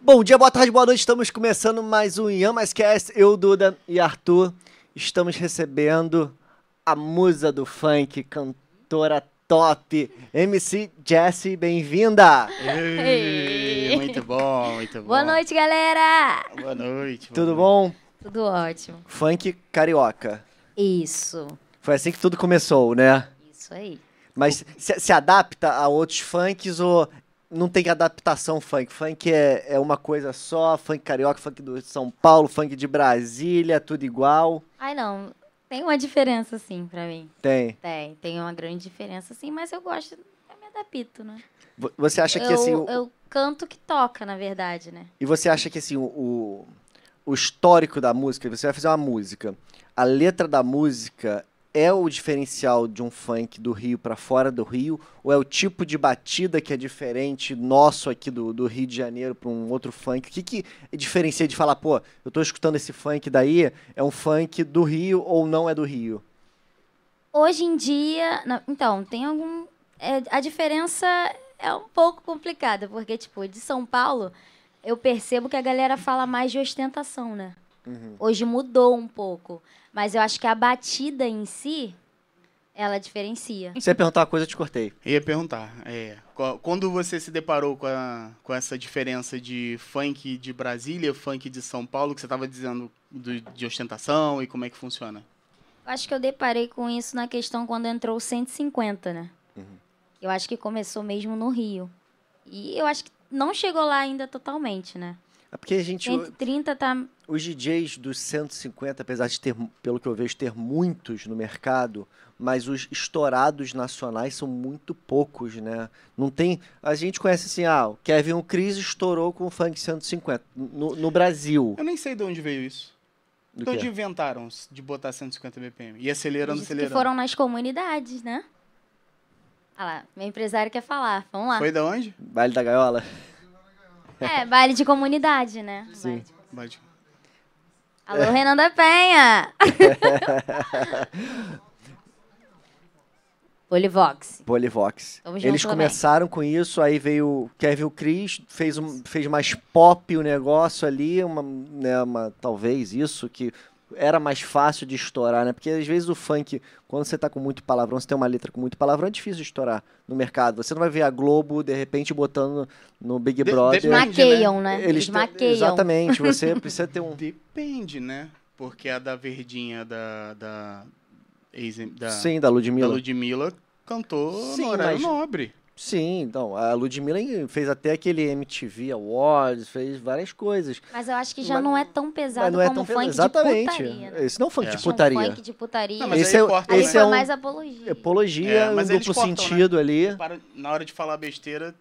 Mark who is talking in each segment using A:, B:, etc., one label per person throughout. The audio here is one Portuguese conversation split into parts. A: Bom dia, boa tarde, boa noite. Estamos começando mais um Yamascast. Eu, Duda e Arthur estamos recebendo a musa do funk, cantora top, MC Jessie. Bem-vinda!
B: Ei,
C: Ei.
B: muito bom, muito bom.
C: Boa noite, galera!
B: Boa noite.
A: Tudo
B: boa
A: bom?
C: Tudo ótimo.
A: Funk carioca.
C: Isso,
A: Foi assim que tudo começou, né?
C: isso aí.
A: Mas se, se adapta a outros funks ou não tem adaptação funk? Funk é, é uma coisa só, funk carioca, funk do São Paulo, funk de Brasília, tudo igual?
C: Ai, não, tem uma diferença, sim, pra mim.
A: Tem.
C: Tem, tem uma grande diferença, sim, mas eu gosto, eu me adapto, né?
A: Vo- Você acha que
C: eu,
A: assim. o-
C: eu canto que toca, na verdade, né?
A: E você acha que assim, o- o, o histórico da música, você vai fazer uma música, a letra da música é o diferencial de um funk do Rio pra fora do Rio, ou é o tipo de batida que é diferente nosso aqui do, do Rio de Janeiro pra um outro funk? O que, que diferencia de falar, pô, eu tô escutando esse funk daí, é um funk do Rio ou não é do Rio?
C: Hoje em dia, na- então, tem algum. é, a diferença é um pouco complicada, porque, tipo, de São Paulo, eu percebo que a galera fala mais de ostentação, né? Hoje mudou um pouco. Mas eu acho que a batida em si, ela diferencia.
A: Você ia perguntar uma coisa, eu te cortei.
B: Eu ia perguntar, é, qual- quando você se deparou com, a- com essa diferença de funk de Brasília, funk de São Paulo, que você estava dizendo do- de ostentação e como é que funciona?
C: Eu acho que eu deparei com isso na questão quando entrou o 150, né? Eu acho que começou mesmo no Rio. E eu acho que não chegou lá ainda totalmente, né?
A: É porque a gente.
C: 130 tá
A: Os DJs dos 150, apesar de ter, pelo que eu vejo, ter muitos no mercado, mas os estourados nacionais são muito poucos, né? Não tem. A gente conhece assim, ah, o Kevin Cris estourou com o funk 150 no, no Brasil.
B: Eu nem sei de onde veio isso.
A: Do
B: de onde
A: quê?
B: inventaram de botar 150 BPM? E acelerando,
C: Diz
B: acelerando.
C: Que foram nas comunidades, né? Ah lá, meu empresário quer falar. Vamos lá.
B: Foi da onde?
A: Baile da Gaiola?
C: É, baile de comunidade, né?
A: Sim.
C: Vai.
B: Bate-
A: É.
C: Alô, Renan da Penha! Polivox.
A: Polivox.
C: Tamo junto
A: Eles
C: também.
A: começaram com isso, aí veio o Kevin Cris, fez, um, fez mais pop o negócio ali, uma, né, uma- talvez isso que era mais fácil de estourar, né? Porque às vezes o funk, quando você tá com muito palavrão, você tem uma letra com muito palavrão, é difícil de estourar no mercado. Você não vai ver a Globo, de repente, botando no Big
B: De-
A: Brother.
B: depende, né?
C: Maqueiam, né? Eles,
A: te-
C: maqueiam.
A: Exatamente, você precisa ter um...
B: Depende, né? Porque a da Verdinha, da... da, ex, da
A: Sim, da
B: da
A: Ludmilla.
B: Ludmilla cantou
A: Sim,
B: no horário
A: mas-
B: nobre.
A: Sim, então, a Ludmilla fez até aquele MTV Awards, fez várias coisas.
C: Mas eu acho que já
A: Mas-
C: não é tão pesado
A: Mas não é
C: como
A: tão
C: funk
A: pesado. Exatamente.
C: de putaria. Né?
A: Esse não é um funk
B: É.
A: de
C: Tinha um
A: putaria.
C: funk de putaria.
B: Não,
A: mas
B: mas
A: Esse
B: aí
A: é o-
B: corta,
C: Ali
A: esse
C: foi
A: é um-
C: mais apologia.
A: Apologia,
B: É, mas
A: um
B: eles
A: duplo
B: cortam, né?
A: sentido ali.
B: Para- na hora de falar besteira,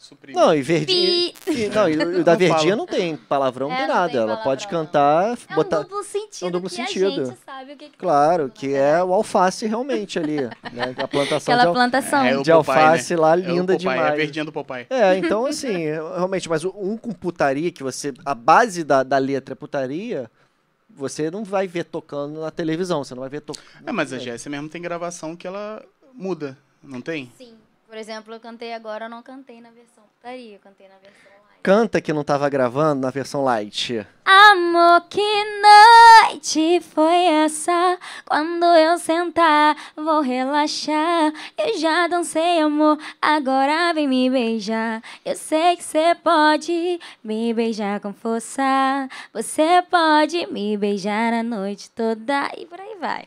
B: suprime.
A: Não, é e verdinha.
C: Pi.
A: E, não, e o- e o da
B: Não fala.
A: verdinha não tem palavrão, não
C: É,
A: tem
C: não tem
A: nada. Ela
C: palavrão,
A: pode
C: não.
A: cantar,
C: É um
A: botar.
C: duplo sentido
A: é um duplo
C: que
A: sentido.
C: a gente sabe o que, que tá
A: Claro,
C: acontecendo,
A: que
C: né?
A: é o alface realmente ali. né? A plantação de,
C: Aquela
A: al-
C: plantação.
B: É, eu-
A: de
B: Popeye,
A: alface lá,
B: É o
A: linda
B: Popeye, É a
A: demais.
B: verdinha do Popeye.
A: É, então assim, realmente, mas o- um com putaria, que você. A base da, da letra é putaria, você não vai ver tocando na televisão, você não vai ver tocando.
B: É, mas a Jéssica mesmo tem gravação que ela muda, não tem?
C: Sim. Por exemplo, eu cantei agora, eu não cantei na versão putaria, eu cantei na versão live.
A: Canta que não tava gravando na versão light.
C: Amor, que noite foi essa? Quando eu sentar, vou relaxar. Eu já dancei, amor, agora vem me beijar. Eu sei que você pode me beijar com força. Você pode me beijar a noite toda e por aí vai.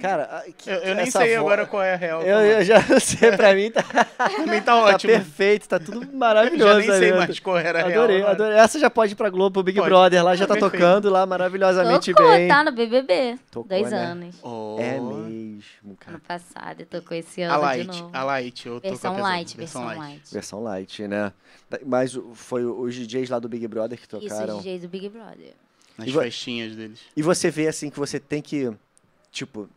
A: Cara, a- que-
B: Eu, eu nem
A: essa
B: sei
A: vo-
B: agora qual é a real.
A: Eu, eu já sei, pra mim tá,
B: Também tá
A: tá
B: ótimo.
A: perfeito, tá tudo
B: Eu
A: maravilhoso.
B: já nem sei
A: né?
B: mais qual era a real.
A: Adorei,
B: agora.
A: adorei. Essa já pode ir pra Globo, pro Big
B: Pode.
A: Brother lá, já tá
B: Perfeito.
A: tocando lá maravilhosamente
C: Tocou,
A: bem.
C: tá no BBB.
A: Tocou,
C: Dois
A: né?
C: anos.
B: Oh,
A: É mesmo, cara.
C: Ano passado, e tocou esse
B: A
C: ano de
B: light,
C: novo.
B: a light. Eu tô
C: Versão
B: com a
C: light, versão light.
A: Versão light, né? Mas o- foi o- os DJs lá do Big Brother que
C: Isso,
A: tocaram.
C: os DJs do Big Brother.
B: Nas
A: E vo-
B: festinhas deles.
A: E você vê assim que você tem que. Tipo,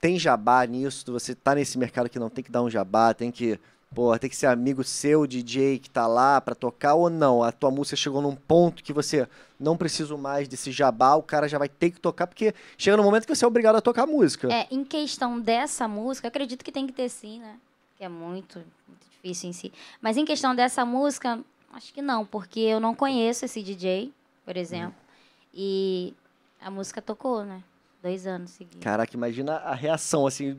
A: tem jabá nisso, você tá nesse mercado que não tem que dar um jabá, tem que. Porra, tem que ser amigo seu, DJ, que tá lá pra tocar ou não. A tua música chegou num ponto que você não precisa mais desse jabá, o cara já vai ter que tocar, porque chega no momento que você é obrigado a tocar a música.
C: É, em questão dessa música, eu acredito que tem que ter sim, né? Que é muito, muito difícil em si. Mas em questão dessa música, Acho que não, porque eu não conheço esse DJ, por exemplo. E a música tocou, né? Dois anos seguidos.
A: Caraca, imagina a reação, assim.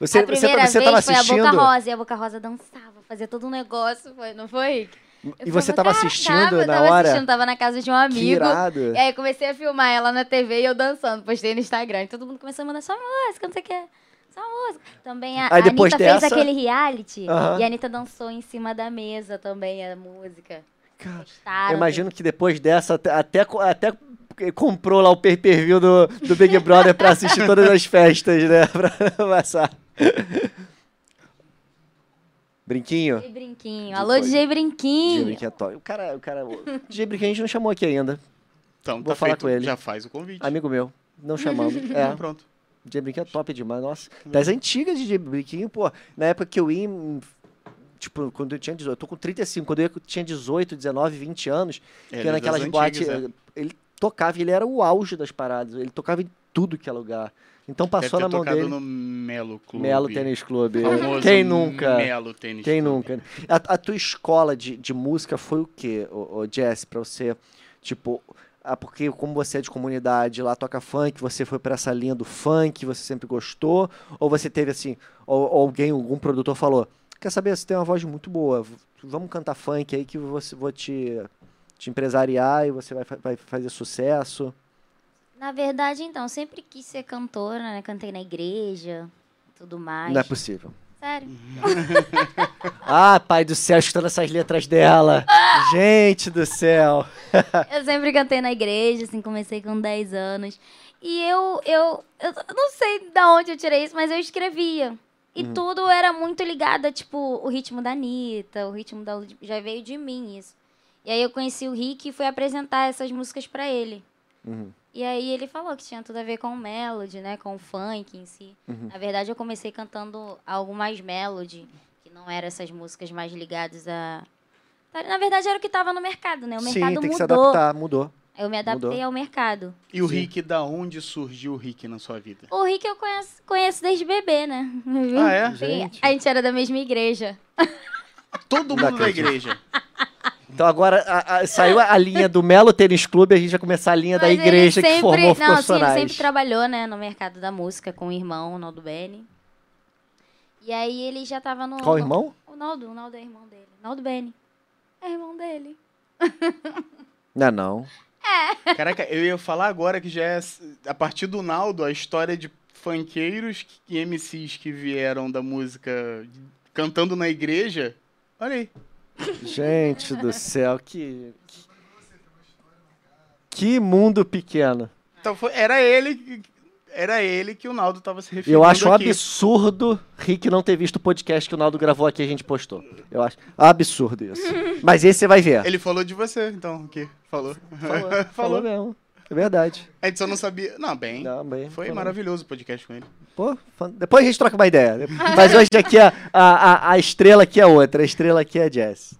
A: Você,
C: a primeira
A: você, você
C: vez
A: tava
C: foi a Boca
A: assistindo.
C: Rosa, e a Boca Rosa dançava, fazia todo um negócio, foi- não foi?
A: E você tava assistindo
C: eu
A: na
C: tava
A: hora?
C: assistindo, tava na casa de um
A: Que
C: amigo.
A: irado.
C: E aí comecei a filmar ela na TV e eu dançando, postei no Instagram. E todo mundo começou a mandar só música, não sei o que. Só música. Também a,
A: Aí
C: a
A: depois
C: Anitta
A: dessa-
C: fez aquele reality
A: Aham.
C: e a Anitta dançou em cima da mesa também a música.
A: Cara,
C: Gostaram.
A: Eu imagino que depois dessa, até, até, co- até comprou lá o pay per view do, do Big Brother pra assistir todas as festas, né? Pra passar. Brinquinho?
C: DJ Brinquinho.
A: De
C: Alô,
A: foi.
C: DJ
A: DJ
C: Brinquinho.
A: Brinquinho é top. O cara, o cara, o DJ Brinquinho a gente não chamou aqui ainda.
B: Então,
A: Vou
B: tá
A: falar
B: feito.
A: com ele.
B: Já faz o convite.
A: Amigo meu. Não chamamos.
B: Então,
A: É,
B: Pronto.
A: DJ Brinquinho é top demais, nossa. Das antigas de DJ Brinquinho, pô. Na época que eu ia, em- tipo, quando eu tinha 18, eu tô com 35, quando eu tinha 18, 19, 20 anos,
B: Ele
A: Porque
B: das
A: naquelas
B: antigas,
A: boates. eh,
B: é.
A: Ele tocava, ele era o auge das paradas. Ele tocava em tudo que é lugar. Então
B: Deve
A: passou
B: ter
A: na mão
B: tocado
A: dele.
B: no Melo Clube.
A: Melo Tênis Clube.
B: Famoso
A: Quem nunca?
B: Melo Tênis
A: Quem
B: Clube.
A: nunca? A, a tua escola de, de música foi o quê, o, Jess? Pra você, tipo. Ah, porque como você é de comunidade, lá toca funk, você foi pra essa linha do funk, você sempre gostou? Ou você teve assim, ou, ou alguém, algum produtor falou, quer saber, você tem uma voz muito boa, v- vamos cantar funk aí que eu vou, vou te, te empresariar e você vai, fa- vai fazer sucesso.
C: Na verdade, então, eu sempre quis ser cantora, né? Cantei na igreja, tudo mais.
A: Não é possível.
C: Sério.
A: Ah, pai do céu, escutando essas letras dela.
C: Ah!
A: Gente do céu.
C: Eu sempre cantei na igreja, assim, comecei com 10 anos. E eu, eu, eu não sei da onde eu tirei isso, mas eu escrevia. E
A: Uhum.
C: tudo era muito ligado a, tipo, o ritmo da Anitta, o ritmo da Lud... Já veio de mim isso. E aí eu conheci o Rick e fui apresentar essas músicas pra ele.
A: Uhum.
C: E aí ele falou que tinha tudo a ver com o melody, né? Com o funk em si.
A: Uhum.
C: Na verdade, eu comecei cantando algo mais melody, que não eram essas músicas mais ligadas a... Na verdade, era o que tava no mercado, né? O
A: Sim,
C: mercado
A: tem que se
C: mudou.
A: adaptar, mudou.
C: Eu me adaptei
A: Mudou.
C: ao mercado.
B: E o
A: Sim.
B: Rick, da onde surgiu o Rick na sua vida?
C: O Rick eu conheço, conheço desde bebê, né?
B: Ah, é?
C: Sim,
A: Gente.
C: A gente era da mesma igreja.
B: Todo
A: Não
B: mundo da
A: acredito.
B: igreja.
A: Então agora a- a- saiu a linha do Melo Tênis Clube, a gente vai começar a linha da
C: Mas ele
A: igreja que
C: sempre-
A: formou os
C: Não, assim, ele
A: profissionais.
C: sempre trabalhou, né, no mercado da música com o irmão, o Naldo Bene. E aí ele já tava no...
A: Qual
C: no-
A: irmão?
C: O Naldo, o Naldo é irmão dele. Naldo Bene. É irmão dele.
A: Não, é não.
B: Caraca, eu ia falar agora que já é. A partir do Naldo, a história de funkeiros e MCs que vieram da música cantando na igreja. Olha aí.
A: Gente do céu, que. que- Que mundo pequeno.
B: Então foi- era ele que- era ele que o Naldo tava se referindo
A: Eu acho um
B: aqui.
A: absurdo Rick não ter visto o podcast que o Naldo gravou aqui e a gente postou. Eu acho absurdo isso. Mas esse você vai ver.
B: Ele falou de você, então, o que falou.
A: Falou, falou. mesmo. É verdade.
B: A gente só não sabia. Não, bem.
A: Não, bem,
B: Foi
A: falou.
B: maravilhoso o podcast com ele.
A: Pô, fan- depois a gente troca uma ideia. Mas hoje aqui a, a, a- a estrela aqui é outra, a estrela aqui é jazz.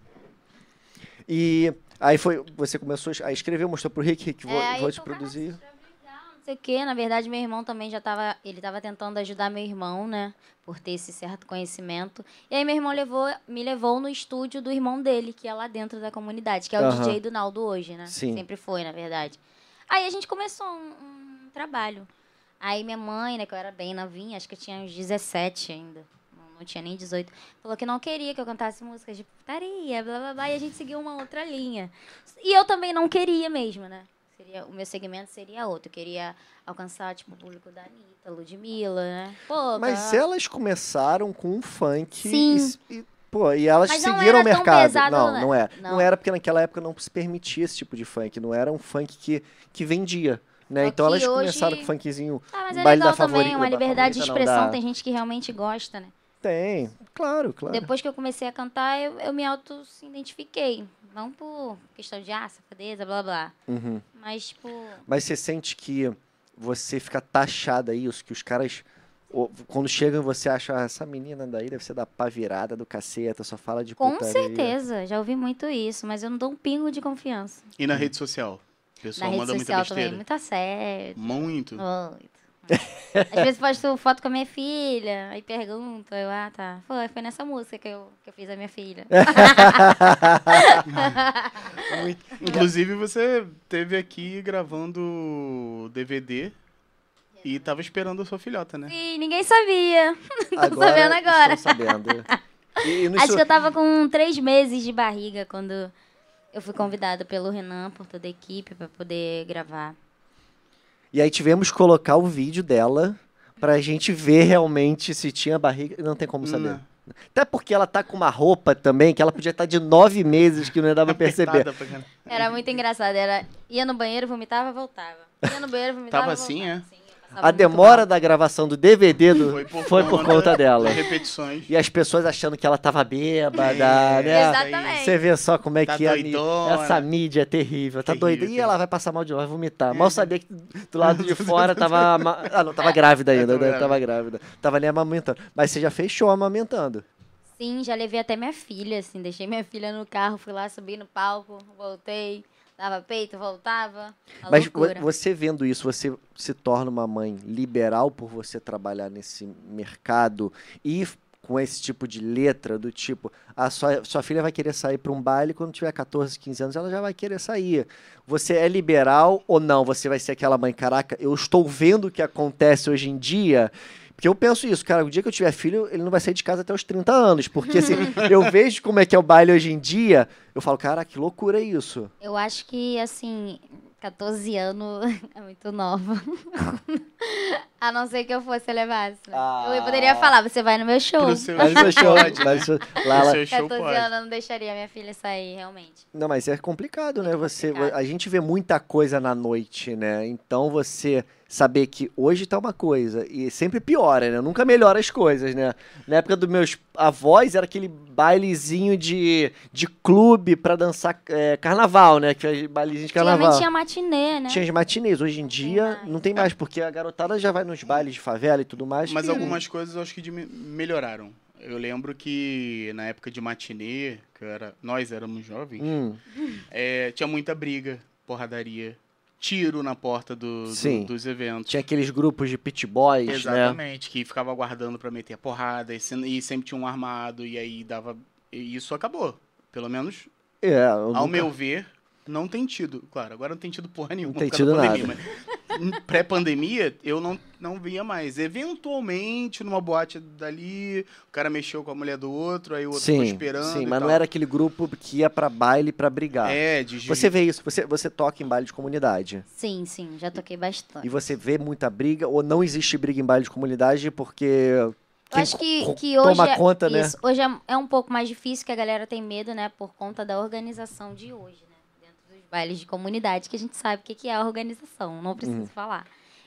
A: E aí foi, você começou a escrever, mostrou pro Rick, Rick, vou,
C: É, aí
A: vou
C: eu
A: te
C: falei,
A: produzir.
C: Não sei o quê. Na verdade, meu irmão também já tava. Ele tava tentando ajudar meu irmão, né? Por ter esse certo conhecimento. E aí, meu irmão levou, me levou no estúdio do irmão dele, que é lá dentro da comunidade, que é o
A: Aham.
C: DJ do Naldo hoje, né?
A: Sim.
C: Sempre foi, na verdade. Aí a gente começou um, um trabalho. Aí minha mãe, né, que eu era bem novinha, acho que eu tinha uns 17 ainda. não- Não tinha nem 18. Falou que não queria que eu cantasse músicas de putaria, blá blá blá. E a gente seguiu uma outra linha. E eu também não queria mesmo, né? Seria, o meu segmento seria outro. Eu queria alcançar, tipo, o público da Anitta, Ludmilla, né? Pô,
A: Mas é
C: tá-
A: elas começaram com um funk
C: Sim.
A: E, e, pô, e elas
C: Mas não
A: seguiram o
C: era tão
A: mercado.
C: pesado,
A: não,
C: né?
A: não era. Não.
C: Não.
A: era porque naquela época não se permitia esse tipo de funk, não era um funk que, que vendia. Né?
C: Só
A: Então elas
C: que hoje-
A: começaram com funkzinho.
C: Ah, mas é
A: baile da
C: legal também,
A: favorita-
C: uma
A: da
C: liberdade de
A: favorita, não,
C: expressão.
A: da-
C: Tem gente que realmente gosta, né?
A: Tem, claro, claro.
C: Depois que eu comecei a cantar, eu, eu me auto-identifiquei. Não por questão de, ah, safadeza, blá blá.
A: Uhum.
C: Mas, tipo...
A: Mas você sente que você fica taxada a isso, que os caras. o- Quando chegam, você acha, "Ah, essa menina daí deve ser da pá virada do caceta, só fala de
C: Com
A: putaria."
C: certeza, já ouvi muito isso, mas eu não dou um pingo de confiança.
B: E na rede social. O
C: Na
B: pessoal
C: rede
B: manda muita
C: social também,
B: besteira.
C: muita sério.
B: Muito.
C: Muito. Às vezes posto foto com a minha filha, aí pergunto, eu, ah, tá. Foi, foi nessa música que eu, que eu fiz a minha filha.
A: É.
C: É.
B: Inclusive, você teve aqui gravando DVD e tava esperando a sua filhota, né?
C: E ninguém sabia. Tô sabendo agora.
A: Estou sabendo. E, e nos
C: Acho
A: sur-
C: que eu tava com três meses de barriga quando eu fui convidada pelo Renan, por toda a equipe, pra poder gravar.
A: E aí tivemos que colocar o vídeo dela pra gente ver realmente se tinha barriga. Não tem como saber.
B: Não.
A: Até porque ela tá com uma roupa também que ela podia estar de nove meses que não dava pra perceber.
B: Apertada pra caralho.
C: Era muito engraçado. Era ia no banheiro, vomitava, voltava. Ia no banheiro, vomitava.
B: Tava
C: voltava.
B: assim, é?
C: Sim, eu passava
A: A
C: muito
A: demora
C: mal.
A: da gravação do DVD do- foi, por, conta, dela.
B: das Repetições.
A: E as pessoas achando que ela tava bêbada,
B: É,
A: né?
B: isso aí.
C: Exatamente.
A: Você vê só como é
B: Tá
A: que é a mídia.
B: doidona.
A: Essa mídia é terrível, tá
B: Terrível,
A: doida. E
B: terrível. Uhum.
A: ela vai passar mal de novo, vai vomitar. Mal sabia que do lado de fora tava. ama- Ah, não, tava grávida ainda,
B: Tava
A: né? tava grávida. Tava nem amamentando. Mas você já fechou amamentando.
C: Sim, já levei até minha filha, assim. Deixei minha filha no carro, fui lá, subi no palco, voltei. Dava peito, voltava. Uma
A: Mas vo-
C: loucura.
A: você vendo isso, você se torna uma mãe liberal por você trabalhar nesse mercado e f- com esse tipo de letra do tipo, a sua, sua filha vai querer sair para um baile quando tiver 14, 15 anos, ela já vai querer sair. Você é liberal ou não? Você vai ser aquela mãe, caraca, eu estou vendo o que acontece hoje em dia. Porque eu penso isso, cara, o dia que eu tiver filho, ele não vai sair de casa até os 30 anos. Porque assim, eu vejo como é que é o baile hoje em dia, eu falo, cara, que loucura é isso.
C: Eu acho que, assim, 14 anos é muito nova. A não ser que eu fosse levar. Né?
A: Ah.
C: Eu poderia falar, você vai no meu show.
B: Pro seu
A: Mas
B: show
A: fechou,
B: pode,
A: mas
B: né?
A: fechou. Lá,
B: Pro
A: lá-
B: seu show
C: 14
B: pode.
C: anos eu não deixaria minha filha sair, realmente.
A: Não, mas é complicado, né? Você,
C: complicado.
A: a gente vê muita coisa na noite, né? Então você saber que hoje tá uma coisa e sempre piora, né? Nunca melhora as coisas, né? Na época dos meus avós era aquele bailezinho de, de clube pra dançar é, carnaval, né? Que é bailezinho de carnaval.
C: Antigamente tinha matinê, né?
A: Tinha as matinês, hoje em dia
C: mais.
A: não tem mais, porque a garotada já vai nos bailes de favela e tudo mais. Hum.
B: Mas
A: que-
B: algumas coisas eu acho que dimi- melhoraram. Eu lembro que na época de matinê, que eu era, nós éramos jovens,
A: Hum,
B: é, tinha muita briga, porradaria, tiro na porta do- do-
A: Sim.
B: dos eventos.
A: tinha aqueles grupos de pit boys, né?
B: Exatamente, que ficava aguardando pra meter a porrada e, se- e sempre tinha um armado e aí dava. E isso acabou. Pelo menos,
A: É, eu
B: ao
A: nunca-
B: meu ver, não tem tido. Claro, agora não tem tido porra nenhuma
A: tem
B: por
A: tido
B: causa da pandemia. Mas em pré-pandemia, eu não, não via mais. Eventualmente, numa boate dali, o cara mexeu com a mulher do outro, aí o outro ficou esperando.
A: Sim,
B: e
A: mas não
B: tal.
A: era aquele grupo que ia pra baile pra brigar.
B: É, de
A: Você vê isso, você, você toca em baile de comunidade.
C: Sim, sim, já toquei
B: Ah.
C: bastante.
A: E você vê muita briga, ou não existe briga em baile de comunidade porque.
C: Eu acho que,
A: co-
C: que hoje,
A: toma
C: é,
A: conta, né?
C: isso, hoje é, é um pouco mais difícil, que a galera tem medo, né? Por conta da organização de hoje, né? Dentro dos bailes de comunidade, que a gente sabe o que, que é a organização, não preciso
A: Uhum.
C: falar.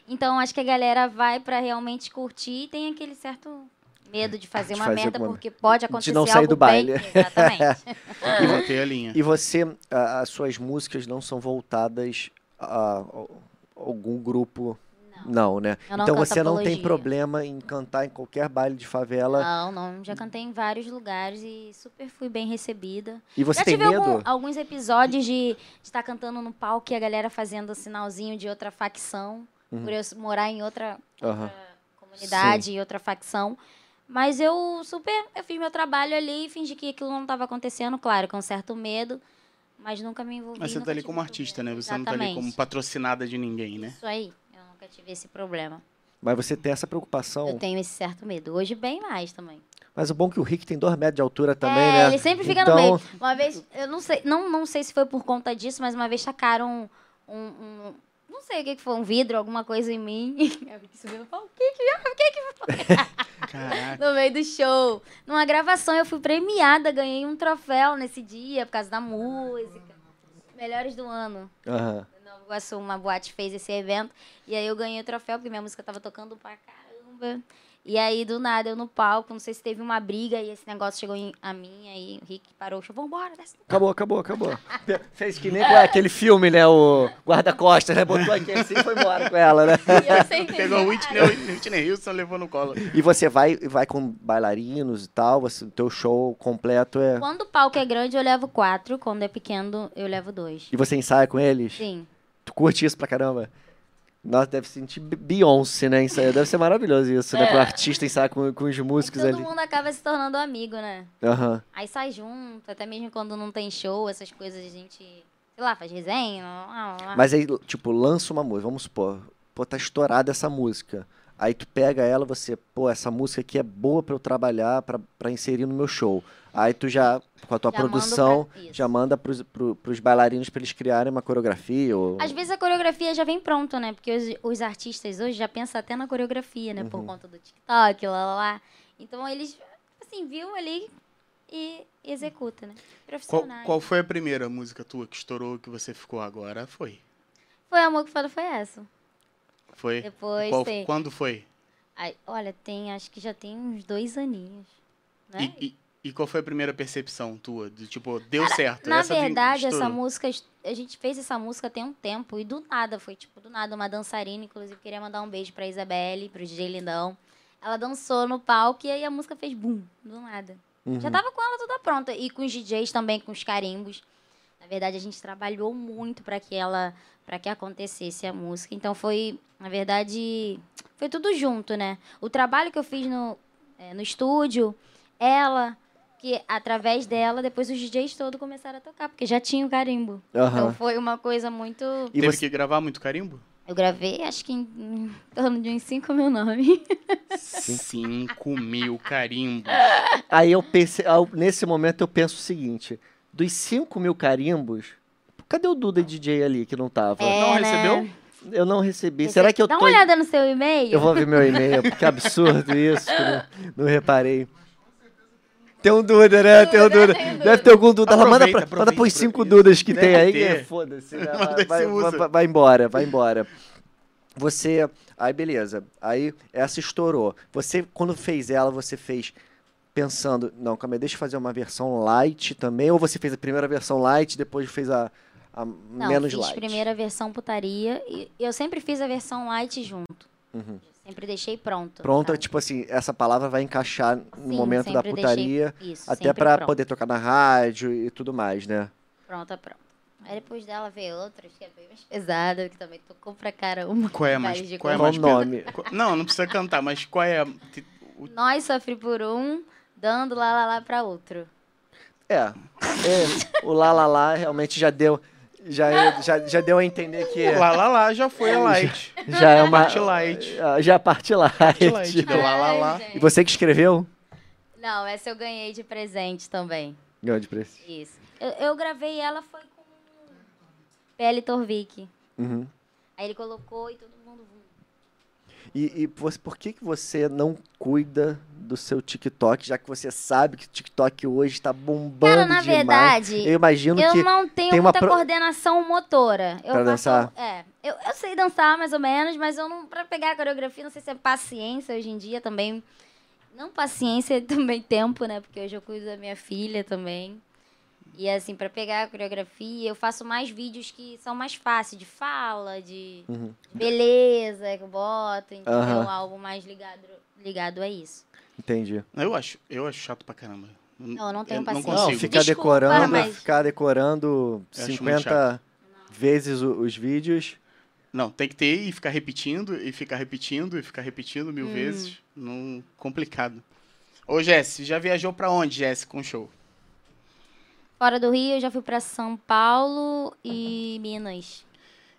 C: Então, acho que a galera vai pra realmente curtir e tem aquele certo medo de fazer
A: De
C: uma
A: fazer
C: merda,
A: alguma-
C: porque pode acontecer
A: não sair
C: algo
A: do baile.
C: Bem, exatamente.
B: E voltei a linha.
A: E você, a- as suas músicas não são voltadas a, a algum grupo. Não, né?
C: Eu não
A: então
C: canto
A: você não tem
C: apologia.
A: problema em cantar em qualquer baile de favela.
C: Não, não. Já cantei em vários lugares e super fui bem recebida.
A: E você
C: Já
A: tem
C: tive
A: medo?
C: algum- alguns episódios de estar cantando no palco e a galera fazendo sinalzinho de outra facção,
A: Uhum.
C: por eu s- morar em outra
A: Aham.
C: comunidade e outra facção. Mas eu super, eu fiz meu trabalho ali e fingi que aquilo não estava acontecendo, claro, com certo medo, mas nunca me envolvi.
B: Mas você
C: nunca
B: tá ali
C: tive
B: como
C: muito
B: artista, né?
C: medo.
B: Você não tá ali
C: Exatamente.
B: como patrocinada de ninguém, né?
C: Isso aí, eu nunca tive esse problema.
A: Mas você tem essa preocupação.
C: Eu tenho esse certo medo. Hoje bem mais também.
A: Mas o bom é que o Rick tem dois metros de altura também,
C: é,
A: né?
C: ele sempre fica
A: então,
C: no meio. Uma vez, eu não sei, não, não sei se foi por conta disso, mas uma vez tacaram um. um- um- não sei o que, que foi, um vidro, alguma coisa em mim. Eu fiquei subindo e falei, É, o que que
B: Caraca.
C: No meio do show. Numa gravação eu fui premiada, ganhei um troféu nesse dia por causa da música. Melhores do ano.
A: Aham.
C: Em Nova Iguaçu, uma boate fez esse evento. E aí eu ganhei o troféu, porque minha música tava tocando pra caramba. E aí, do nada, eu no palco, não sei se teve uma briga, e esse negócio chegou em- a mim, aí o Rick parou, o show, vambora, desce
A: Acabou, acabou, acabou. Fez que nem com aquele filme, né? O guarda-costas, né? Botou aqui assim e foi embora com ela, né?
C: E eu sem entender.
B: Pegou o Whitney, o Whitney Houston, levou no colo.
A: E você vai, vai com bailarinos e tal, você, o teu show completo é...
C: Quando o palco é grande, eu levo quatro. Quando é pequeno, eu levo dois.
A: E você ensaia com eles?
C: Sim.
A: Tu curte isso pra caramba? Nossa, deve sentir Be- Beyoncé, né? Ensaiar. Deve ser maravilhoso isso, né? Pro artista ensaiar com, com os músicos
C: É. Todo
A: ali.
C: mundo acaba se tornando amigo, né?
A: Aham.
C: Aí sai junto, até mesmo quando não tem show, essas coisas a gente, sei lá, faz resenha. Lá, lá, lá.
A: Mas aí, tipo, lança uma música, vamos supor, pô, tá estourada essa música. Aí tu pega ela, você, pô, essa música aqui é boa pra eu trabalhar, pra pra inserir no meu show. Aí tu já, com a tua
C: Já manda um
A: produção,
C: pra- isso.
A: já manda pros, pro, pros bailarinos pra eles criarem uma coreografia ou...
C: Às vezes a coreografia já vem pronta, né? Porque os, os artistas hoje já pensam até na coreografia, né?
A: Uhum.
C: Por conta do TikTok, lá, lá, lá. Então eles, assim, viu ali e executa, né?
B: Qual,
C: Profissionais.
B: qual foi a primeira música tua que estourou, que você ficou agora? Foi.
C: Foi amor que fala, foi essa.
B: Foi?
C: Depois
B: Qual-
C: tem.
B: quando foi?
C: Ai, olha, tem, acho que já tem uns dois aninhos. Né?
B: E, e- e qual foi a primeira percepção tua? De, tipo, deu certo.
C: Na
B: essa vim-
C: verdade, essa
B: estourou.
C: música, a gente fez essa música tem um tempo e do nada, foi tipo, do nada, uma dançarina, inclusive, queria mandar um beijo pra Isabelle, pro DJ Lindão. Ela dançou no palco e aí a música fez boom, do nada.
A: Uhum.
C: Já tava com ela toda pronta e com os DJs também, com os carimbos. Na verdade, a gente trabalhou muito pra que ela, para que acontecesse a música. Então foi, na verdade, foi tudo junto, né? O trabalho que eu fiz no, eh, no estúdio, ela, que através dela, depois os DJs todos começaram a tocar, porque já tinha o carimbo.
A: Aham.
C: Então foi uma coisa muito.
A: E
B: Teve
A: você...
B: que gravar muito carimbo?
C: Eu gravei, acho que em, em torno de uns 5 mil nomes.
B: Cinco mil carimbos.
A: Aí eu pensei, ao- nesse momento eu penso o seguinte: dos 5 mil carimbos, cadê o Duda DJ ali que não tava?
C: Ah. É,
B: Não
C: né?
B: recebeu?
A: Eu não recebi. Será que eu
C: Dá
A: tô.
C: uma olhada no seu e-mail.
A: Eu vou ver meu e-mail, que absurdo isso, que eu não, não reparei. Tem um Duda, né? Tem um
C: Duda,
A: Duda.
C: tem um Duda.
A: Deve ter algum Duda. Ela manda,
B: Aproveita,
A: pra, manda pros
B: aproveita,
A: cinco
B: aproveita.
A: Dudas que tem
B: Deve
A: aí.
B: ter.
A: é, Foda-se. né?
B: Manda
A: Vai,
B: esse
A: vai-
B: uso.
A: vai- vai embora, vai embora. Você. Aí, beleza. Aí, essa estourou. Você, quando fez ela, você fez pensando, não, calma aí, deixa eu fazer uma versão light também? Ou você fez a primeira versão light, depois fez a, a
C: Não,
A: menos
C: fiz
A: light?
C: primeira versão putaria e eu sempre fiz a versão light junto.
A: Uhum.
C: Sempre deixei pronto.
A: Pronta,
C: sabe?
A: tipo assim, essa palavra vai encaixar no
C: tá. Sim,
A: momento da
C: sempre deixei-
A: putaria.
C: Isso,
A: Até
C: sempre
A: pra
C: pronto,
A: poder tocar na rádio e tudo mais, né?
C: Pronta, pronta. Aí depois dela veio outras que é bem mais pesada, que também tocou pra caramba.
B: Qual é a mais,
C: Vários de
B: qual é a
A: Qual
B: mais
A: o
B: pesa-
A: nome?
B: Qual- Não, não precisa cantar, mas qual é a... te- o-
C: Nós sofre por um, dando lá lá lá pra outro.
A: É. é, o lá lá lá realmente já deu já já, já deu a entender que
B: Lá, lá, lá, já foi a light.
A: já é uma
B: Parte light.
A: Ah, já é parte light.
B: Parte light, deu lá, lá,
C: Ai,
B: lá.
C: gente.
A: E você que escreveu?
C: Não, essa eu ganhei de presente também.
A: Ganhou de preço.
C: Isso. Eu, eu gravei ela foi com Pele Torvik.
A: Uhum.
C: Aí ele colocou e todo mundo
A: E, e você- por que, que você não cuida do seu TikTok, já que você sabe que o TikTok hoje tá bombando
C: Cara, na
A: demais?
C: verdade,
A: eu imagino
C: Eu
A: que
C: não tenho
A: tem uma
C: muita
A: pro-
C: coordenação motora.
A: Pra
C: Eu faço-
A: dançar?
C: É. Eu, eu sei dançar mais ou menos, mas eu não. Pra pegar a coreografia, não sei se é paciência hoje em dia também. Não paciência e também tempo, né? Porque hoje eu cuido da minha filha também. E assim, pra pegar a coreografia, eu faço mais vídeos que são mais fáceis de fala, de
A: Uhum.
C: beleza que eu boto, entendeu?
A: Aham.
C: Algo mais ligado, ligado a isso.
A: entendi.
B: Eu acho, eu acho chato pra caramba.
C: Não, eu não tenho
B: não
C: paciência.
B: consigo.
A: Não, ficar
C: Desculpa,
A: decorando,
C: mas-
A: ficar decorando
B: Eu acho muito
A: 50 vezes o- os vídeos.
B: Não, tem que ter e ficar repetindo, e ficar repetindo, e ficar repetindo mil
C: Hum.
B: vezes. Não, complicado. Ô, Jesse, já viajou pra onde, Jesse, com show?
C: Fora do Rio, eu já fui pra São Paulo e Minas.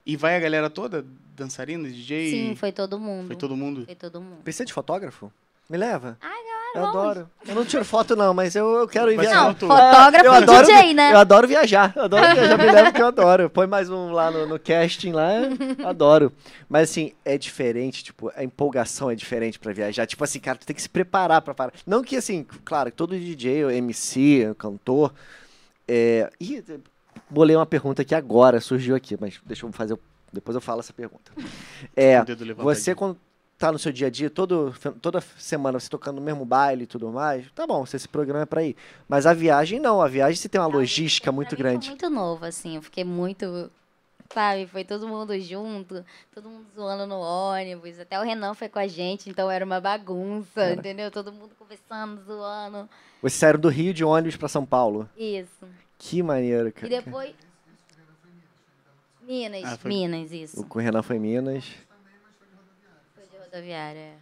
B: E vai a galera toda? Dançarina, DJ?
C: Sim, foi todo mundo.
B: Foi todo mundo?
C: Foi todo mundo.
A: Precisa de fotógrafo? Me leva.
C: Ai,
A: galera, eu
C: vamos.
A: adoro. Eu não tiro foto, não, mas eu, É, eu quero ir
B: Mas
A: viajar.
C: Não,
B: não, tu-
C: fotógrafo
A: eu
C: e
A: adoro,
C: DJ, né?
A: Eu adoro viajar. Eu adoro viajar, me leva que eu adoro. Põe mais um lá no, no casting lá, eu adoro. Mas assim, é diferente, tipo, a empolgação é diferente pra viajar. Tipo assim, cara, tu tem que se preparar pra parar. Não que assim, claro, todo DJ, ou MC, ou cantor. É... Ih, bolei uma pergunta aqui agora, surgiu aqui, mas deixa eu fazer. Depois eu falo essa pergunta. É.
B: O dedo levantadinho.
A: Você, quando tá no seu dia a dia, todo, toda semana você tocando no mesmo baile e tudo mais, tá bom, você se programa pra ir. Mas a viagem não, a viagem você tem uma logística
C: Pra
A: muito
C: mim foi
A: grande.
C: muito novo, assim. Eu fiquei muito. Sabe, foi todo mundo junto, todo mundo zoando no ônibus. Até o Renan foi com a gente, então era uma bagunça, entendeu? Todo mundo conversando, zoando.
A: Vocês saíram do Rio de ônibus pra São Paulo.
C: Isso.
A: Que maneiro,
C: E
A: cara.
C: depois. Minas,
B: Ah, foi-
C: Minas, isso.
A: O o Renan foi em Minas.
C: rodoviária. é.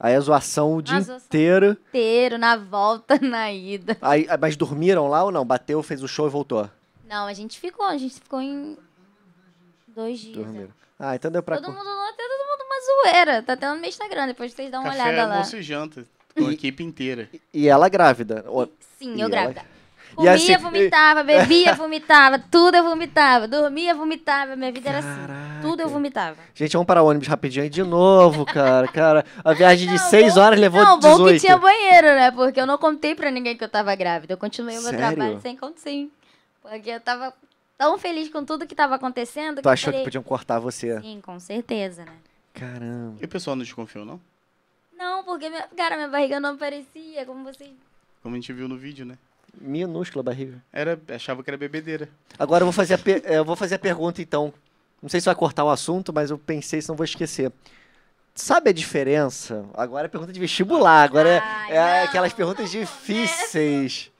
A: Aí a zoação o dia
C: A zoação.
A: inteiro.
C: Inteiro, na volta, na ida.
A: Aí, aí- mas dormiram lá ou não? Bateu, fez o show e voltou.
C: Não, a gente ficou, a gente ficou em dois dias. né?
A: Dormiram. Ah, então deu pra.
C: Todo mundo no hotel, todo mundo uma zoeira. Tá até no meu Instagram, depois vocês dão uma
B: Café,
C: olhada lá.
B: almoço e janta. Com a equipe inteira.
A: E ela é grávida. Ó,
C: Sim,
A: E
C: eu
A: ela-
C: grávida.
A: E
C: Comia,
A: assim-
C: vomitava, bebia, vomitava, tudo eu vomitava, dormia, vomitava, minha vida era assim.
A: Caraca.
C: Tudo eu vomitava.
A: Gente, vamos parar o ônibus rapidinho aí de novo, cara. Cara, a viagem de
C: Não,
A: 6
C: bom-
A: horas levou
C: não, bom que
A: 18.
C: tinha banheiro, né? Porque eu não contei pra ninguém que eu tava grávida. Eu continuei o meu
A: Sério?
C: trabalho sem conto, sim. Porque eu tava tão feliz com tudo que tava acontecendo.
A: Tu
C: eu
A: achou que
C: falei,
A: podiam cortar você?
C: Sim, com certeza, né?
A: Caramba.
B: E o pessoal não desconfiou, não?
C: Não, porque, minha, cara, minha barriga não aparecia, como vocês...
B: Como a gente viu no vídeo, né?
A: Minúscula a barriga.
B: Era, achava que era bebedeira.
A: Agora eu vou fazer a, per- eh, eu vou fazer a pergunta, então. Não sei se vai cortar o assunto, mas eu pensei, senão vou esquecer. Sabe a diferença? Agora é pergunta de vestibular, agora é-
C: Ai,
A: é,
C: não,
A: aquelas perguntas
C: não
A: difíceis.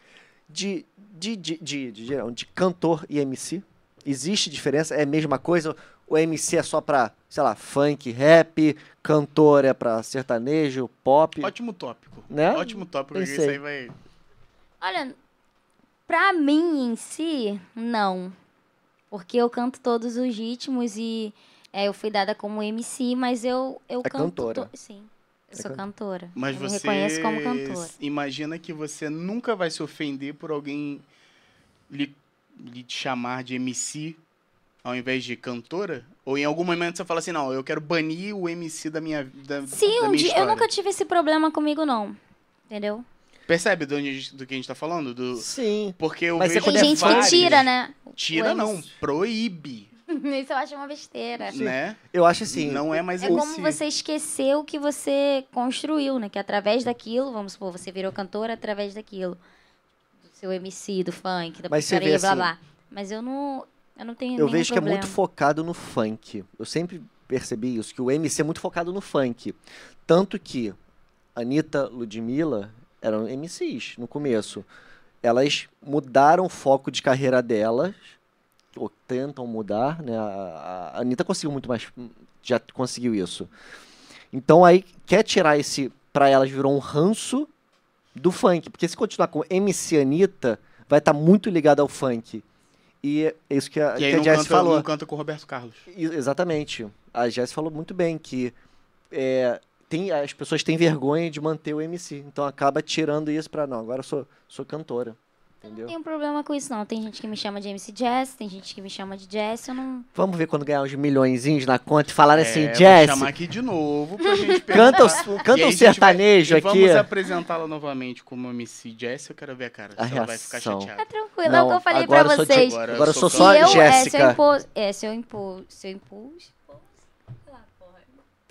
A: De, de, de, de, de, de- não, de cantor e MC? Existe diferença? É a mesma coisa? O MC é só pra, sei lá, funk, rap, cantor é pra sertanejo, pop.
B: Ótimo tópico.
A: Né?
B: Ótimo tópico. porque Isso
A: Pensei.
B: aí vai...
C: Olha, pra mim em si, não. Porque eu canto todos os ritmos e é, eu fui dada como MC, mas eu, eu
A: É
C: canto.
A: cantora.
C: to- Sim, eu
A: É
C: sou
A: can-
C: cantora.
B: Mas
C: eu me
B: você é
C: reconheço como cantora.
B: imagina que você nunca vai se ofender por alguém lhe, lhe te chamar de MC ao invés de cantora? Ou em algum momento você fala assim, não, eu quero banir o MC da minha da, da
C: Sim, um
B: minha
C: dia.
B: história.
C: Eu nunca tive esse problema comigo, não. Entendeu?
B: Percebe do, onde a gente- do que a gente tá falando? Do,
A: Sim.
B: porque eu
A: Mas você
B: vejo
A: Quando
C: Tem
A: é
C: gente
B: vários-
C: que tira, né?
B: Tira
C: o
B: não,
C: MC.
B: proíbe,
C: Isso eu acho uma besteira.
B: né?
A: Eu acho assim.
B: Não é mais
C: É
B: MC.
C: como você esquecer o que você construiu, né? Que através daquilo, vamos supor, você virou cantora através daquilo. Do seu MC, do funk, da
A: Mas você vê,
C: putaria, blá
A: assim,
C: blá. Mas eu não. Eu não tenho
A: Eu
C: nenhum
A: vejo que é
C: problema.
A: muito focado no funk. Eu sempre percebi isso, que o MC é muito focado no funk. Tanto que Anitta, Ludmilla eram MCs no começo. Elas mudaram o foco de carreira delas, ou tentam mudar, né? A, a Anitta conseguiu muito mais, já conseguiu isso. Então aí quer tirar esse, pra elas virou um ranço do funk, porque se continuar com MC Anitta, vai estar muito ligado ao funk. E é isso que a,
B: E
A: que
B: aí
A: a
B: não
A: Jess
B: canta,
A: falou.
B: não canta com o Roberto Carlos.
A: E- Exatamente. A Jess falou muito bem que é, tem, as pessoas têm vergonha de manter o MC. Então acaba tirando isso pra não. Agora eu sou, sou cantora.
C: Não
A: Entendeu?
C: tenho problema com isso, não. Tem gente que me chama de MC Jess, tem gente que me chama de Jess, eu não.
A: Vamos ver quando ganhar uns milhõezinhos na conta e falar assim,
B: é,
A: Jess,
B: Vou chamar aqui de novo pra gente
A: canta,
B: perguntar.
A: o-
B: E
A: canta
B: aí a
A: um
B: gente vai-
A: sertanejo
B: e
A: aqui.
B: Vamos apresentá-la novamente como MC Jess. Eu quero ver a cara.
A: A
B: se ela vai ficar
A: reação.
C: Tá
B: chateada.
C: tranquilo, é
A: Não,
C: o que eu falei
A: agora
C: pra
A: eu sou de-
C: vocês.
B: Agora
A: Agora eu sou
B: sou
A: só
C: se eu, É, se eu
A: Jéssica.
C: impus. É, se eu impus. Se eu impus. sei lá, porra.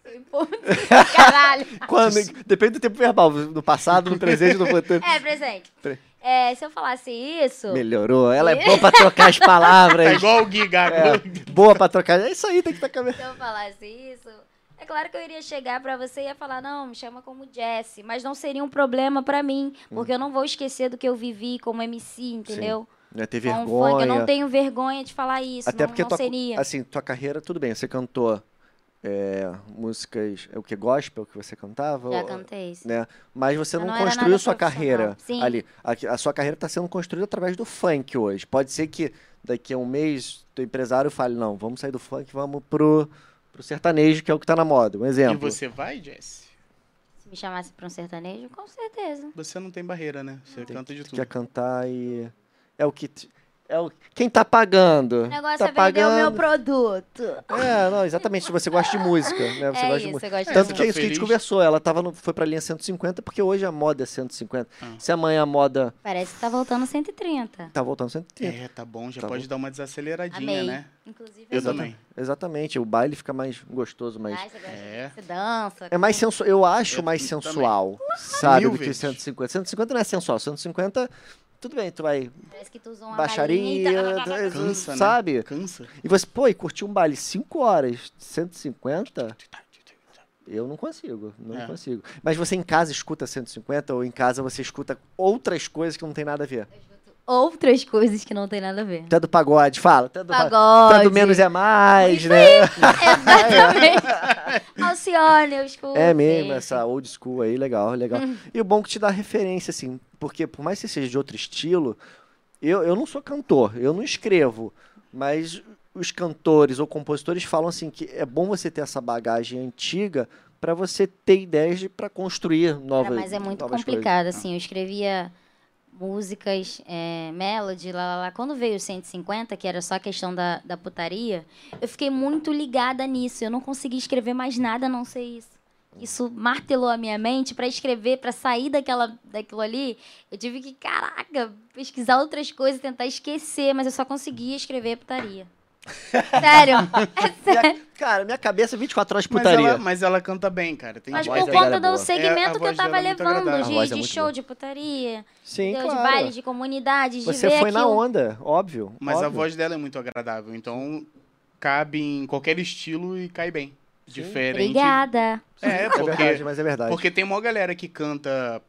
C: Se eu impus. Caralho.
A: Quando- depende do tempo verbal, no passado, no presente, no futuro.
C: É, presente.
A: Tre-
C: É, se eu falasse isso.
A: Melhorou. Ela é boa pra trocar as palavras.
B: Tá igual o
A: É,
B: Gui Gago.
A: Boa pra trocar. É isso aí, tem que estar
C: Se eu falasse isso, é claro que eu iria chegar pra você e ia falar, não, me chama como Jesse, mas não seria um problema pra mim, porque
A: Hum.
C: eu não vou esquecer do que eu vivi como MC, entendeu?
A: Não ter
C: Com
A: vergonha.
C: o funk, eu não tenho vergonha de falar isso,
A: Até
C: não,
A: porque
C: não
A: tua,
C: seria.
A: assim, tua carreira, tudo bem, você cantou é, músicas, é o que gospel que você cantava?
C: Já
A: ou-
C: cantei isso.
A: Né? Mas você
C: Eu
A: não,
C: não era
A: construiu
C: nada
A: sua carreira
C: profissional. Sim.
A: ali. A, a sua carreira está sendo construída através do funk hoje. Pode ser que daqui a um mês teu empresário fale, não, vamos sair do funk, vamos pro, pro sertanejo, que é o que tá na moda. Um
B: E
A: exemplo.
B: você vai, Jess?
A: Né?
C: Se me chamasse pra um sertanejo, com certeza.
B: Você não tem barreira, né? Você canta de tudo.
A: Quer cantar e. É o que. te- É o... Quem tá pagando?
C: O negócio
A: tá
C: é vender o meu
A: pagando.
C: produto.
A: É, não, exatamente. Você gosta de música, né? Você
C: é
A: gosta de
C: isso,
A: música.
C: eu gosto
A: Tanto
C: de
A: que é isso que
B: tá
A: a gente
B: feliz?
A: conversou. Ela tava no- foi pra linha 150, porque hoje a moda é 150.
B: Ah.
A: Se amanhã a moda
C: Parece que tá voltando 130.
A: tá voltando 130.
B: É, tá bom. Já
A: Tá
B: pode
A: bom.
B: dar uma desaceleradinha,
C: Amei.
B: né?
C: Inclusive,
B: Eu
C: assim,
B: também.
A: Exatamente. O baile fica mais gostoso, mas.
C: ah, você gosta
B: É.
C: de- você dança.
A: É mais sensual. Eu acho
B: Eu
A: mais
B: também.
A: sensual, sabe?
B: Mil
A: Do que
B: vezes.
A: 150. 150 não é sensual. 150, tudo bem, tu vai.
C: Parece que tu usou uma
A: Baixaria,
C: balinha e- tá,
B: Cansa, né?
A: sabe?
B: Cansa.
A: E você, pô, e curtir um baile 5 horas, 150? Eu não consigo, não
B: É.
A: consigo. Mas você em casa escuta 150 ou em casa você escuta outras coisas que não tem nada a ver.
C: Eu escuto outras coisas que não tem nada a ver.
A: Tanto pagode, fala. Tanto
C: Pagode.
A: Tanto tá menos é mais, né?
C: Exatamente. né, Alcione, eu escuto.
A: É mesmo, essa old school aí, legal, legal. E o bom que te dá referência, assim, porque por mais que seja de outro estilo, eu, eu não sou cantor, eu não escrevo, mas os cantores ou compositores falam assim que é bom você ter essa bagagem antiga para você ter ideias para construir novas
C: Cara, mas é muito
A: novas coisas.
C: complicado, assim. Eu escrevia músicas, é, melody, lá, lá, lá. Quando veio o 150, que era só a questão da, da putaria, eu fiquei muito ligada nisso. Eu não consegui escrever mais nada a não ser isso. Isso martelou a minha mente para escrever, para sair daquela, daquilo ali. Eu tive que, caraca, pesquisar outras coisas, tentar esquecer, mas eu só conseguia escrever putaria. Sério? É sério.
A: Minha- cara, minha cabeça é 24 horas de
B: Mas
A: putaria.
B: ela, é mas ela canta bem, cara. Tem
C: Mas
A: A
B: voz
C: por
A: voz
B: dela.
A: dela é
C: conta
A: boa.
C: do
B: É, a
C: segmento que
B: voz
C: eu
B: dela
C: tava
B: é muito
C: levando,
B: agradável.
A: A voz
C: de,
A: é
C: de
A: muito
C: show,
A: boa.
C: de putaria,
A: Sim,
C: entendeu?
A: claro.
C: de baile, de comunidade, de
A: Você
C: ver
A: foi na
C: aquilo.
A: onda, óbvio.
B: Mas a
A: óbvio.
B: voz dela é muito agradável, então cabe em qualquer estilo e cai bem.
A: Sim.
B: Diferente.
C: Obrigada.
B: É,
A: É verdade,
B: porque,
A: mas é verdade.
B: porque tem uma galera que canta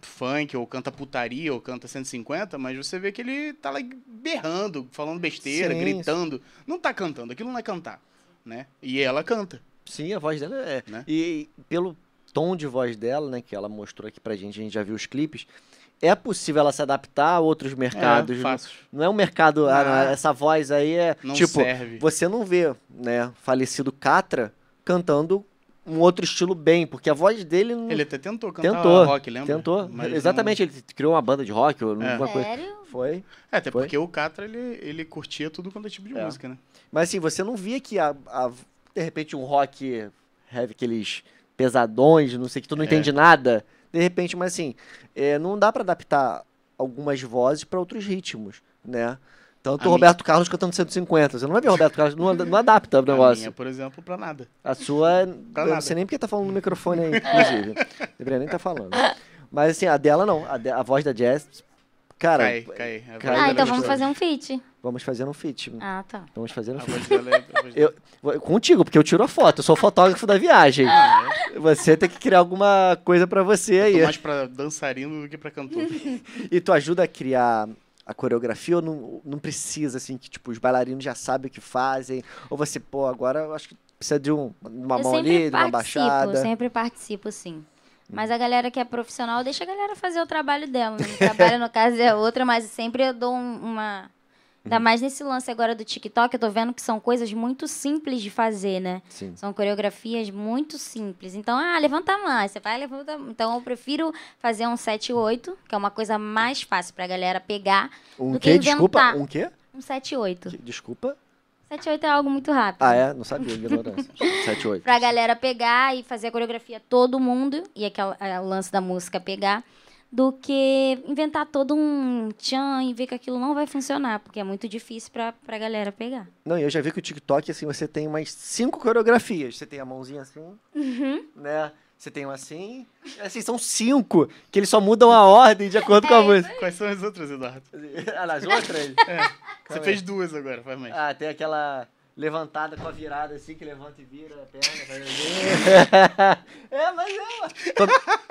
B: funk, ou canta putaria, ou canta 150, mas você vê que ele tá lá berrando, falando besteira,
A: Sim,
B: gritando. Não tá cantando, aquilo não é cantar, né? E ela canta.
A: Sim, a voz dela é.
B: Né?
A: E pelo tom de voz dela, né, que ela mostrou aqui pra gente, a gente já viu os clipes, é possível ela se adaptar a outros mercados. não,
B: é, fácil.
A: não é um mercado, ah, não,
B: Ah.
A: essa voz aí é
B: Não
A: tipo,
B: serve.
A: você não vê, né, falecido Catra cantando um outro estilo bem, porque a voz dele não
B: Ele até tentou cantar
A: Tentou,
B: rock, lembra?
A: tentou.
B: Mas não-
A: Exatamente, ele criou uma banda de rock ou
B: É.
A: alguma coisa.
C: Sério?
A: Foi.
B: É, até
A: Foi?
B: porque o Catra, ele, ele curtia tudo quanto é tipo de
A: É.
B: música, né?
A: Mas assim, você não via que a, a- de repente um rock heavy, aqueles pesadões, não sei que tu não
B: É.
A: entende nada. De repente, mas assim, é, não dá pra adaptar algumas vozes pra outros ritmos, né? Tanto
B: A
A: o Roberto Carlos cantando 150. Você não vai ver o Roberto Carlos, não, ad- não adapta o
B: A
A: negócio.
B: minha, por exemplo, pra nada.
A: A sua. eu não
B: nada.
A: sei nem porque tá falando no microfone aí, inclusive. Deveria nem tá falando. Mas assim, a dela não. A, de- a voz da Jazz. Cara,
B: Cai, cai. A
A: cara,
B: voz dela é
C: Ah, então
A: maravilhoso.
C: vamos
B: gostosa.
C: fazer um feat.
A: vamos fazer um feat.
C: Ah, tá.
A: Vamos fazer um
B: A
A: feat.
B: voz dela é... a voz dela-
A: Vou- Contigo, porque eu tiro a foto. Eu sou o fotógrafo da viagem.
B: Ah, é.
A: Você tem que criar alguma coisa pra você aí.
B: Tô é mais pra dançarino do que pra cantor.
A: E tu ajuda a criar a coreografia ou não, não precisa, assim, que tipo, os bailarinos já sabem o que fazem? Ou você, pô, agora eu acho que precisa de um, uma
C: eu
A: mão
C: sempre
A: ali, de uma
C: participo,
A: baixada. Hum.
C: sempre participo, sim. Mas a galera que é profissional, deixa a galera fazer o trabalho dela. né? O trabalho, no caso, é outra, mas sempre eu dou um- uma...
A: Uhum.
C: Ainda mais nesse lance agora do TikTok, eu tô vendo que são coisas muito simples de fazer, né?
A: Sim.
C: São coreografias muito simples. Então, ah, levanta a mão, aí você vai levanta. a mão. Então, eu prefiro fazer um 7 8, que é uma coisa mais fácil pra galera pegar.
A: Um
C: Do
A: quê?
C: que
A: Desculpa?
C: inventar.
A: Um quê?
C: Um 7 8.
A: Que- Desculpa?
C: 7 8 é algo muito rápido.
A: Ah, é? Não sabia, ignorância. 7, 8.
C: Pra galera pegar e fazer a coreografia todo mundo, e aquela, é, o lance da música pegar, do que inventar todo um tchan e ver que aquilo não vai funcionar, porque é muito difícil pra, pra galera pegar.
A: Não, e eu já vi que o TikTok, assim, você tem umas cinco coreografias. Você tem a mãozinha assim, né? Você tem um assim. Assim, são cinco, que eles só mudam a ordem de acordo com a música.
B: Quais são as outras, Eduardo?
A: Ah, nas outras?
B: É. Você fez duas agora, faz mais.
A: é? Ah, tem aquela levantada com a virada assim, que levanta e vira a perna. faz assim. é, mas é. ó.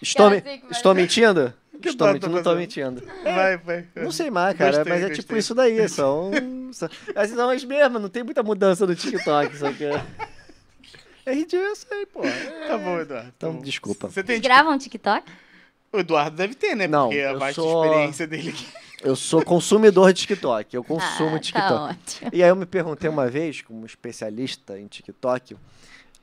A: Estou, me- estou mentindo?
B: Que
A: estou
B: tá-
A: mentindo,
B: tá
A: não estou
B: fazendo?
A: mentindo.
B: Vai, vai.
A: é? Não sei mais, cara,
B: Gostei,
A: mas é
B: gostei.
A: tipo isso daí. São, são, assim, são as mesmas, não tem muita mudança no TikTok, só que... É ridículo, eu sei, pô.
B: Tá bom, Eduardo.
A: Então,
B: tá bom.
A: desculpa.
B: Você tem...
C: Gravam TikTok?
B: O Eduardo deve ter, né?
A: Não,
B: Porque a
A: eu
B: baixa
A: sou-
B: experiência dele aqui.
A: Eu sou consumidor de TikTok, eu consumo
C: ah,
A: TikTok.
C: Tá ótimo.
A: E aí eu me perguntei uma vez, como especialista em TikTok,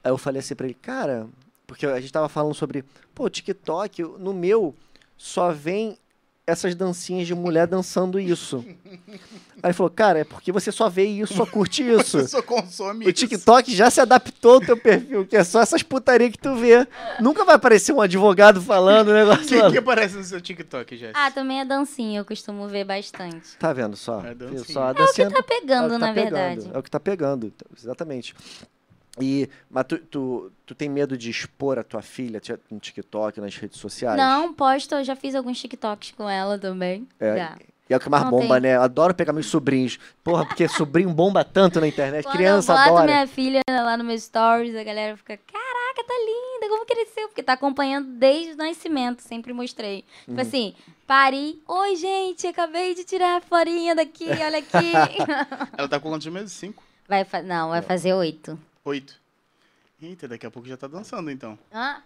A: aí eu falei assim pra ele, cara, porque a gente tava falando sobre, pô, TikTok, no meu só vem essas dancinhas de mulher dançando isso. Aí ele falou, cara, é porque você só vê isso, só curte isso.
B: Você só consome
A: O TikTok já se adaptou ao teu perfil, que é só essas putaria que tu vê. Nunca vai aparecer um advogado falando um
B: isso.
A: negócio.
B: Quem que
A: mano.
B: aparece no seu TikTok, Jess?
C: Ah, também é dancinha, eu costumo ver bastante.
A: Tá vendo só?
B: É a dancinha.
A: Só a dancinha
C: Tá
A: É o
C: pegando,
A: que tá
C: na verdade.
A: pegando, É o que tá pegando, t- exatamente. E, mas tu, tu, tu tem medo de expor a tua filha ti- no TikTok, nas redes sociais?
C: Não, posto, eu já fiz alguns TikToks com ela também.
A: É,
C: já.
A: E é o que mais
C: Não
A: bomba,
C: tem.
A: né? Eu adoro pegar meus sobrinhos. Porra, porque sobrinho bomba tanto na internet.
C: Quando
A: é Criança
C: eu boto
A: adora.
C: minha filha lá no meu stories, a galera fica, caraca, caraca, tá linda, como cresceu. Porque tá acompanhando desde o nascimento, sempre mostrei.
A: Uhum.
C: Tipo assim, Pari, oi gente, acabei de tirar a florinha daqui, olha aqui.
B: Ela tá com quantos meses? Cinco?
C: vai fa- Não, vai fazer oito.
B: Oito? Eita, daqui a pouco já tá dançando, então.
C: Hã?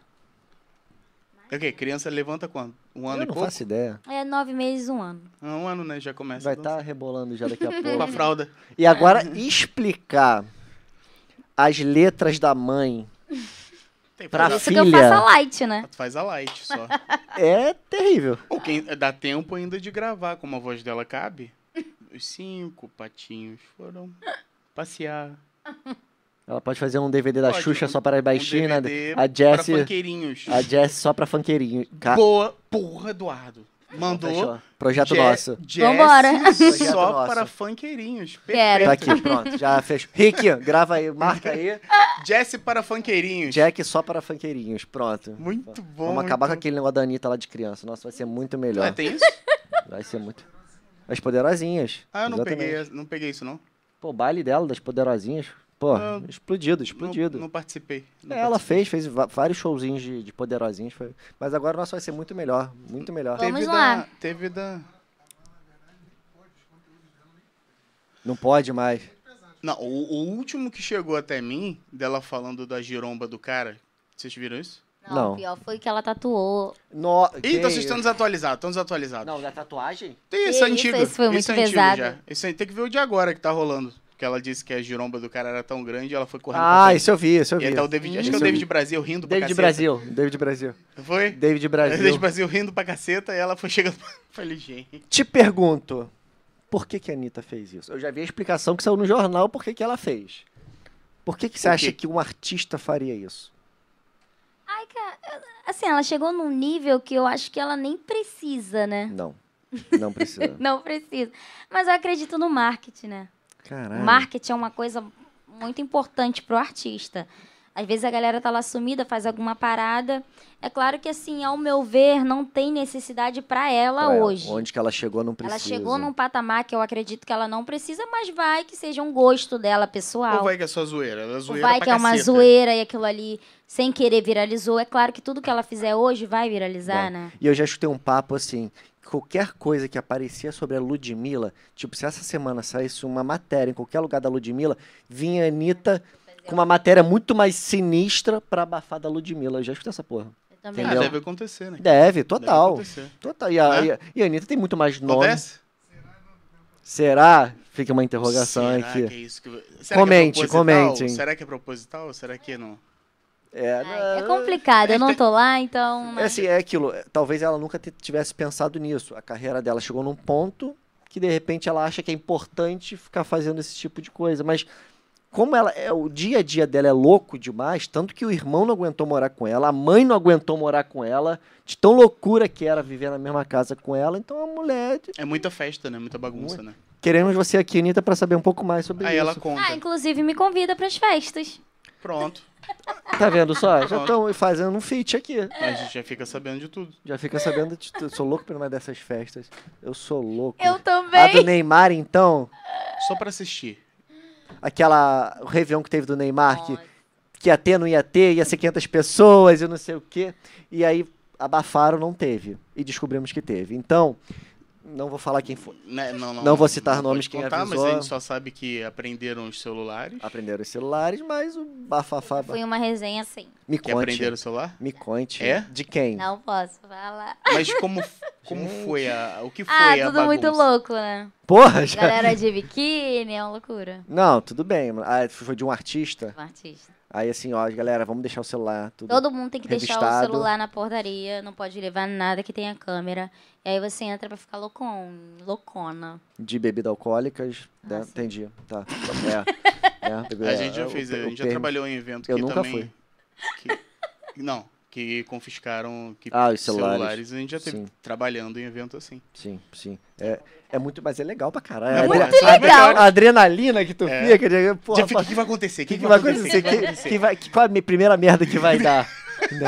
B: É o quê? Criança levanta quando? Um ano
A: Eu
B: e
A: não
B: pouco?
A: faço ideia.
C: É nove meses, um ano.
B: Ah, um ano, né? Já começa
A: Vai tá-
B: a
A: estar
B: dançar.
A: rebolando já daqui a
B: Com a
A: pouco.
B: fralda.
A: E agora explicar as letras da mãe
B: Tem
A: Pra
B: que
C: Isso que eu
A: filha.
C: faço a light, né?
B: fazer- Tu faz a light só.
A: é terrível.
B: Ou quem dá tempo ainda de gravar, como a voz dela cabe. Os cinco patinhos foram passear.
A: Ela pode fazer um DVD da
B: Pode,
A: Xuxa
B: um-
A: só para as baixinhas.
B: DVD
A: a
B: Para
A: Jessie,
B: funkeirinhos.
A: a Jessie só pra funkeirinho. Ca-
B: Boa, porra, Eduardo. Mandou.
A: Fechou. Projeto
B: Je-
A: tá nosso.
B: Jessie
C: Vambora.
A: Projeto
B: Só
A: nosso.
B: para funkeirinhos.
C: Quero.
A: Tá
B: Perfeito.
A: aqui, pronto. Já fechou. Rick, grava aí, marca aí.
B: Jessie para funkeirinhos.
A: Jack só para funkeirinhos, pronto.
B: Muito bom.
A: Vamos acabar com
B: muito
A: aquele negócio da Anitta lá de criança. Nossa, vai ser muito
B: bom. Ah,
A: melhor.
B: tem isso?
A: Vai ser muito. As poderosinhas.
B: Ah, eu não
A: exatamente.
B: peguei, não peguei isso, não.
A: Pô, o baile dela, das poderosinhas. Pô,
B: Não,
A: explodido,
B: Não,
A: explodido.
B: não participei. Não
A: É, ela
B: participei.
A: fez, fez va- vários showzinhos de, de poderosinhas. foi- Mas agora o nosso vai ser muito melhor. Muito melhor.
C: Vamos
B: Teve
C: lá.
B: da- teve da.
A: Não pode mais.
B: Não, o, o último que chegou até mim, dela falando da giromba do cara. Vocês viram isso?
C: Não,
A: Não.
C: O pior foi que ela tatuou.
A: No...
B: Ih,
A: que-
B: então vocês estão desatualizados, estão desatualizados.
A: Não, da tatuagem?
B: Tem isso,
C: Que
B: é antigo.
C: isso, esse foi muito
B: é antigo
C: pesado.
B: já. Isso aí, tem que ver o de agora que tá rolando. Que ela disse que a giromba do cara era tão grande, ela foi correndo. pra
A: Ah,
B: frente.
A: isso eu vi, isso eu
B: E
A: vi.
B: aí tá o David, acho
A: Isso
B: que é
A: eu
B: o
A: vi.
B: David Brasil rindo pra
A: David
B: caceta.
A: Brasil. David Brasil.
B: Foi?
A: David Brasil.
B: David Brasil rindo pra caceta e ela foi chegando. Falei, gente.
A: Te pergunto, por que, que a Anitta fez isso? Eu já vi a explicação que saiu no jornal por que, que ela fez. Por que, que você
B: Por
A: acha
B: quê?
A: que um artista faria isso?
C: Assim, ela chegou num nível que eu acho que ela nem precisa, né?
A: Não. Não precisa.
C: Não precisa. Mas eu acredito no marketing, né?
A: Caralho.
C: Marketing é uma coisa muito importante pro artista. Às vezes a galera tá lá sumida, faz alguma parada. É claro que, assim, ao meu ver, não tem necessidade pra ela
A: Pra ela.
C: hoje.
A: Onde que ela chegou, não precisa.
C: Ela chegou num patamar que eu acredito que ela não precisa, mas vai que seja um gosto dela pessoal.
B: Ou vai que é só zoeira? Ela é
C: Ou
B: zoeira
C: vai
B: pra
C: que é uma
B: caceta.
C: zoeira e aquilo ali, sem querer, viralizou. É claro que tudo que ela fizer hoje vai viralizar,
A: Vai.
C: né?
A: E eu já escutei um papo assim, qualquer coisa que aparecia sobre a Ludmilla, tipo, se essa semana saísse uma matéria em qualquer lugar da Ludmilla, vinha a Anitta com uma matéria muito mais sinistra pra abafar da Ludmilla. Eu já escutei essa porra.
C: Eu também.
B: Ah,
A: Entendeu?
B: deve acontecer, né?
A: Deve,
B: Deve
A: total.
B: acontecer.
A: total. E a,
B: Né?
A: e a- e a Anitta tem muito mais nome.
B: Acontece?
A: Será? Fica uma interrogação
B: Será
A: aqui.
B: que é isso que... Será
A: Comente,
B: que é proposital?
A: comente.
B: Será que é proposital? ou Será que não?
A: É,
C: Ai, é
A: não-
C: complicado, eu não tô lá, então.
A: É assim, é aquilo. é, Talvez ela nunca te- tivesse pensado nisso. A carreira dela chegou num ponto que de repente ela acha que é importante ficar fazendo esse tipo de coisa. Mas como ela é o dia a dia dela é louco demais, tanto que o irmão não aguentou morar com ela, a mãe não aguentou morar com ela, de tão loucura que era viver na mesma casa com ela. Então a mulher
B: É muita festa, né? Muita bagunça, né?
A: queremos você aqui, Anitta, pra saber um pouco mais sobre
B: Aí
A: isso.
B: ela conta.
C: Ah, inclusive me convida pras festas.
B: Pronto.
A: Tá vendo só? Já
B: Pronto.
A: estão fazendo um feat aqui.
B: A gente já fica sabendo de tudo.
A: Já fica sabendo de tudo. Eu Sou louco por uma dessas festas. Eu sou louco.
C: Eu
A: A do
C: também.
A: Neymar, então,
B: Só pra assistir.
A: aquela o Réveillon que teve do Neymar, que, que ia ter, não ia ter, ia ser 500 pessoas e não sei o quê. E aí abafaram, não teve. E descobrimos que teve. Então, não vou falar quem foi.
B: Né, Não, não,
A: Não vou citar
B: pode
A: nomes, quem
B: contar,
A: avisou.
B: Mas a gente só sabe que aprenderam os celulares.
A: Aprenderam os celulares, mas o bafafá.
C: Foi uma resenha assim.
A: Me
B: Que
A: conte.
B: aprenderam o celular.
A: Me conte.
B: É?
A: De quem?
C: Não posso falar.
B: Mas como, como foi a... O que foi a
C: Ah, tudo muito
B: bagunça?
C: louco, né?
A: Porra, já.
C: Galera de biquíni, é uma loucura.
A: Não, tudo bem. mano. Ah, foi de um artista.
C: Um artista.
A: Aí assim, ó, galera, vamos deixar o celular. Tudo.
C: Todo mundo tem que deixar o
A: Revistado.
C: celular na portaria, não pode levar nada que tenha câmera. E aí você entra pra ficar loucon, loucona.
A: De bebida alcoólicas. né?
C: Ah, sim.
A: Entendi. Tá. É. É, bebida-
B: A gente já
A: o-
B: fez,
A: o
B: a gente já
A: termo.
B: trabalhou em evento
A: Eu
B: que
A: nunca
B: também. que- não, que confiscaram que
A: Ah, os celulares.
B: A gente já teve
A: Sim.
B: trabalhando em evento assim.
A: Sim, sim. É, é muito, mas é legal pra caralho.
B: É
A: A
B: muito
A: adre-
C: legal.
A: A adrenalina que tu
B: É.
A: fica, de, porra,
B: já fica, né? o que vai acontecer?
A: o que, que vai acontecer?
B: O que vai
A: Que, que vai, que, qual é a primeira merda que vai dar?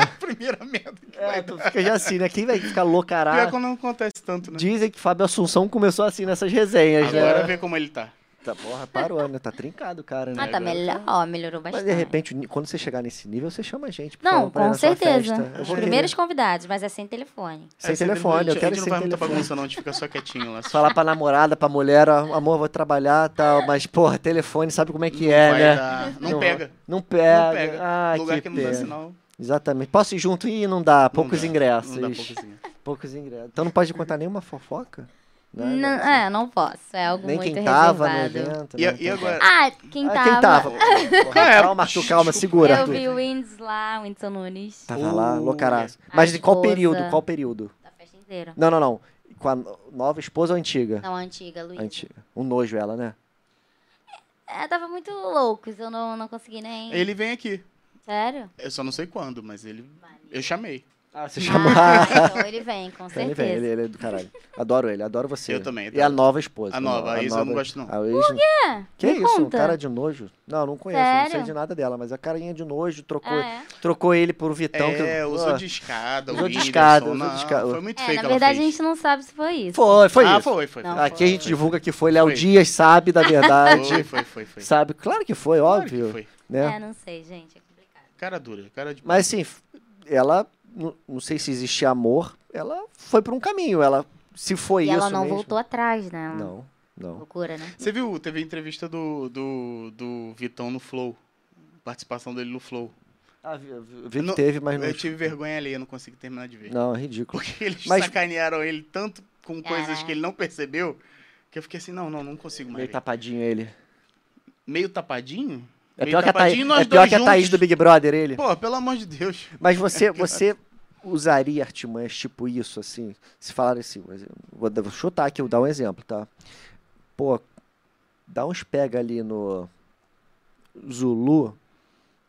B: A primeira merda que
A: É,
B: vai
A: tu
B: dar.
A: fica já assim, né? Quem vai ficar
B: Pior
A: loucará?
B: que não acontece tanto, né?
A: Dizem que Fábio Assunção começou assim nessas resenhas,
B: Agora
A: né?
B: vê como ele tá.
A: Tá, porra, parou, né? Tá trincado, o cara, né?
C: Ah, tá
B: agora
C: melhor. Ó, melhorou
A: Mas
C: bastante.
A: de repente, ni- quando você chegar nesse nível, você chama a gente. por
C: Não,
A: favor, pra ir
C: com
A: na sua
C: certeza.
A: festa. Eu
C: Os
A: já
C: primeiros convidados, mas é sem telefone.
A: queria. Sem
B: É,
A: telefone,
B: a
A: eu
B: gente-
A: quero
B: A gente não
A: sem
B: vai muita
A: telefone.
B: bagunça, não. A gente fica só quietinho lá.
A: Falar pra namorada, pra mulher, ó, amor, vou trabalhar tal, mas, porra, telefone, sabe como é que é,
B: Vai
A: né?
B: dar- Não
A: vai-
B: pega.
A: Não pega.
B: Não pega.
A: Ah,
B: Lugar
A: que,
B: que, não
A: pena.
B: dá sinal.
A: Exatamente. Posso ir junto? Ih, não dá. Poucos
B: dá, assim.
A: ingressos.
B: Não dá poucozinho.
A: Poucos ingressos. Então não pode contar nenhuma fofoca? Nada.
C: Não, é, não posso. É algo
A: Nem
C: muito
A: quem tava
C: reservado.
A: no evento.
B: E,
A: né?
B: e agora?
C: Ah, quem
A: Ah,
C: tava.
A: quem tava? Porra, calma, Arthur, calma, segura,
C: Eu
A: Arthur.
C: vi o Winds lá, o Whindersson Nunes.
A: Tava lá,
B: Uh.
A: loucaraço. Mas
C: A
A: de qual
C: esposa.
A: período? Qual período?
C: Da festa inteira.
A: Não, não, não. Com a no- nova esposa ou antiga?
C: Não, a antiga, Luísa.
A: É. Antiga. Um nojo ela, né?
C: É, tava muito loucos, eu não, não consegui nem.
B: Ele vem aqui.
C: Sério?
B: Eu só não sei quando, mas ele. Eu chamei.
A: Ah, você
C: Ah, então ele vem, com
A: Então ele
C: certeza.
A: vem, ele, ele é do caralho. Adoro ele, adoro você.
B: Eu também,
A: E a
B: adoro.
A: nova esposa. né?
B: A nova, a ex eu não gosto, não.
A: A ex, Por quê?
C: É,
A: Que
C: me
A: isso, um
C: conta.
A: cara de nojo? Não, não conheço, não sei
C: Sério?
A: de nada dela, mas a carinha de nojo trocou,
C: Ah, é?
A: trocou ele por Vitão. Então que- Ah.
B: é,
A: Pô,
B: usou de escada,
A: Usou
B: o
A: de escada,
B: Whindersson,
A: usou de
B: não,
A: escada.
B: Foi muito
C: É,
B: feio
C: na
B: que ela
C: verdade a
B: fez.
C: gente não sabe se foi isso.
A: Foi, foi
B: ah,
A: isso.
B: foi, foi.
C: Não,
B: foi.
A: Aqui a gente divulga que foi
B: Foi.
A: Léo Dias, sabe da
B: Foi,
A: verdade.
B: foi, foi, foi.
A: sabe, claro que foi,
B: Claro
A: óbvio.
B: que foi.
A: Né?
C: É, não sei, gente, é complicado.
B: Cara dura, cara de.
A: Mas assim, ela, n- não sei se existe amor, ela foi por um caminho. Ela, se foi
C: E
A: isso.
C: ela não
A: mesmo-
C: voltou atrás, né?
A: Não, não.
C: Loucura, né?
B: Você viu, teve entrevista do, do, do Vitão no Flow. Participação dele no Flow.
A: Ah, vi, vi- vi que
B: Não,
A: teve, mas não.
B: Eu tive vergonha ali, eu não consegui terminar de ver.
A: Não, é ridículo.
B: Porque eles
A: Mas-
B: sacanearam ele tanto com coisas
C: Caraca.
B: que ele não percebeu, que eu fiquei assim, não, não, não consigo mais.
A: Meio
B: ver.
A: tapadinho ele.
B: Meio tapadinho?
A: É
B: Meio
A: pior, que a, Thaís,
B: tapadinho, nós
A: é pior
B: dois
A: que a Thaís do
B: juntos.
A: Big Brother, ele.
B: Pô, pelo amor de Deus.
A: Mas você, você usaria artimanhas tipo isso, assim? Se falar assim, por exemplo, vou, dar- vou chutar aqui, vou dar um exemplo, tá? Pô, dá uns pega ali no Zulu,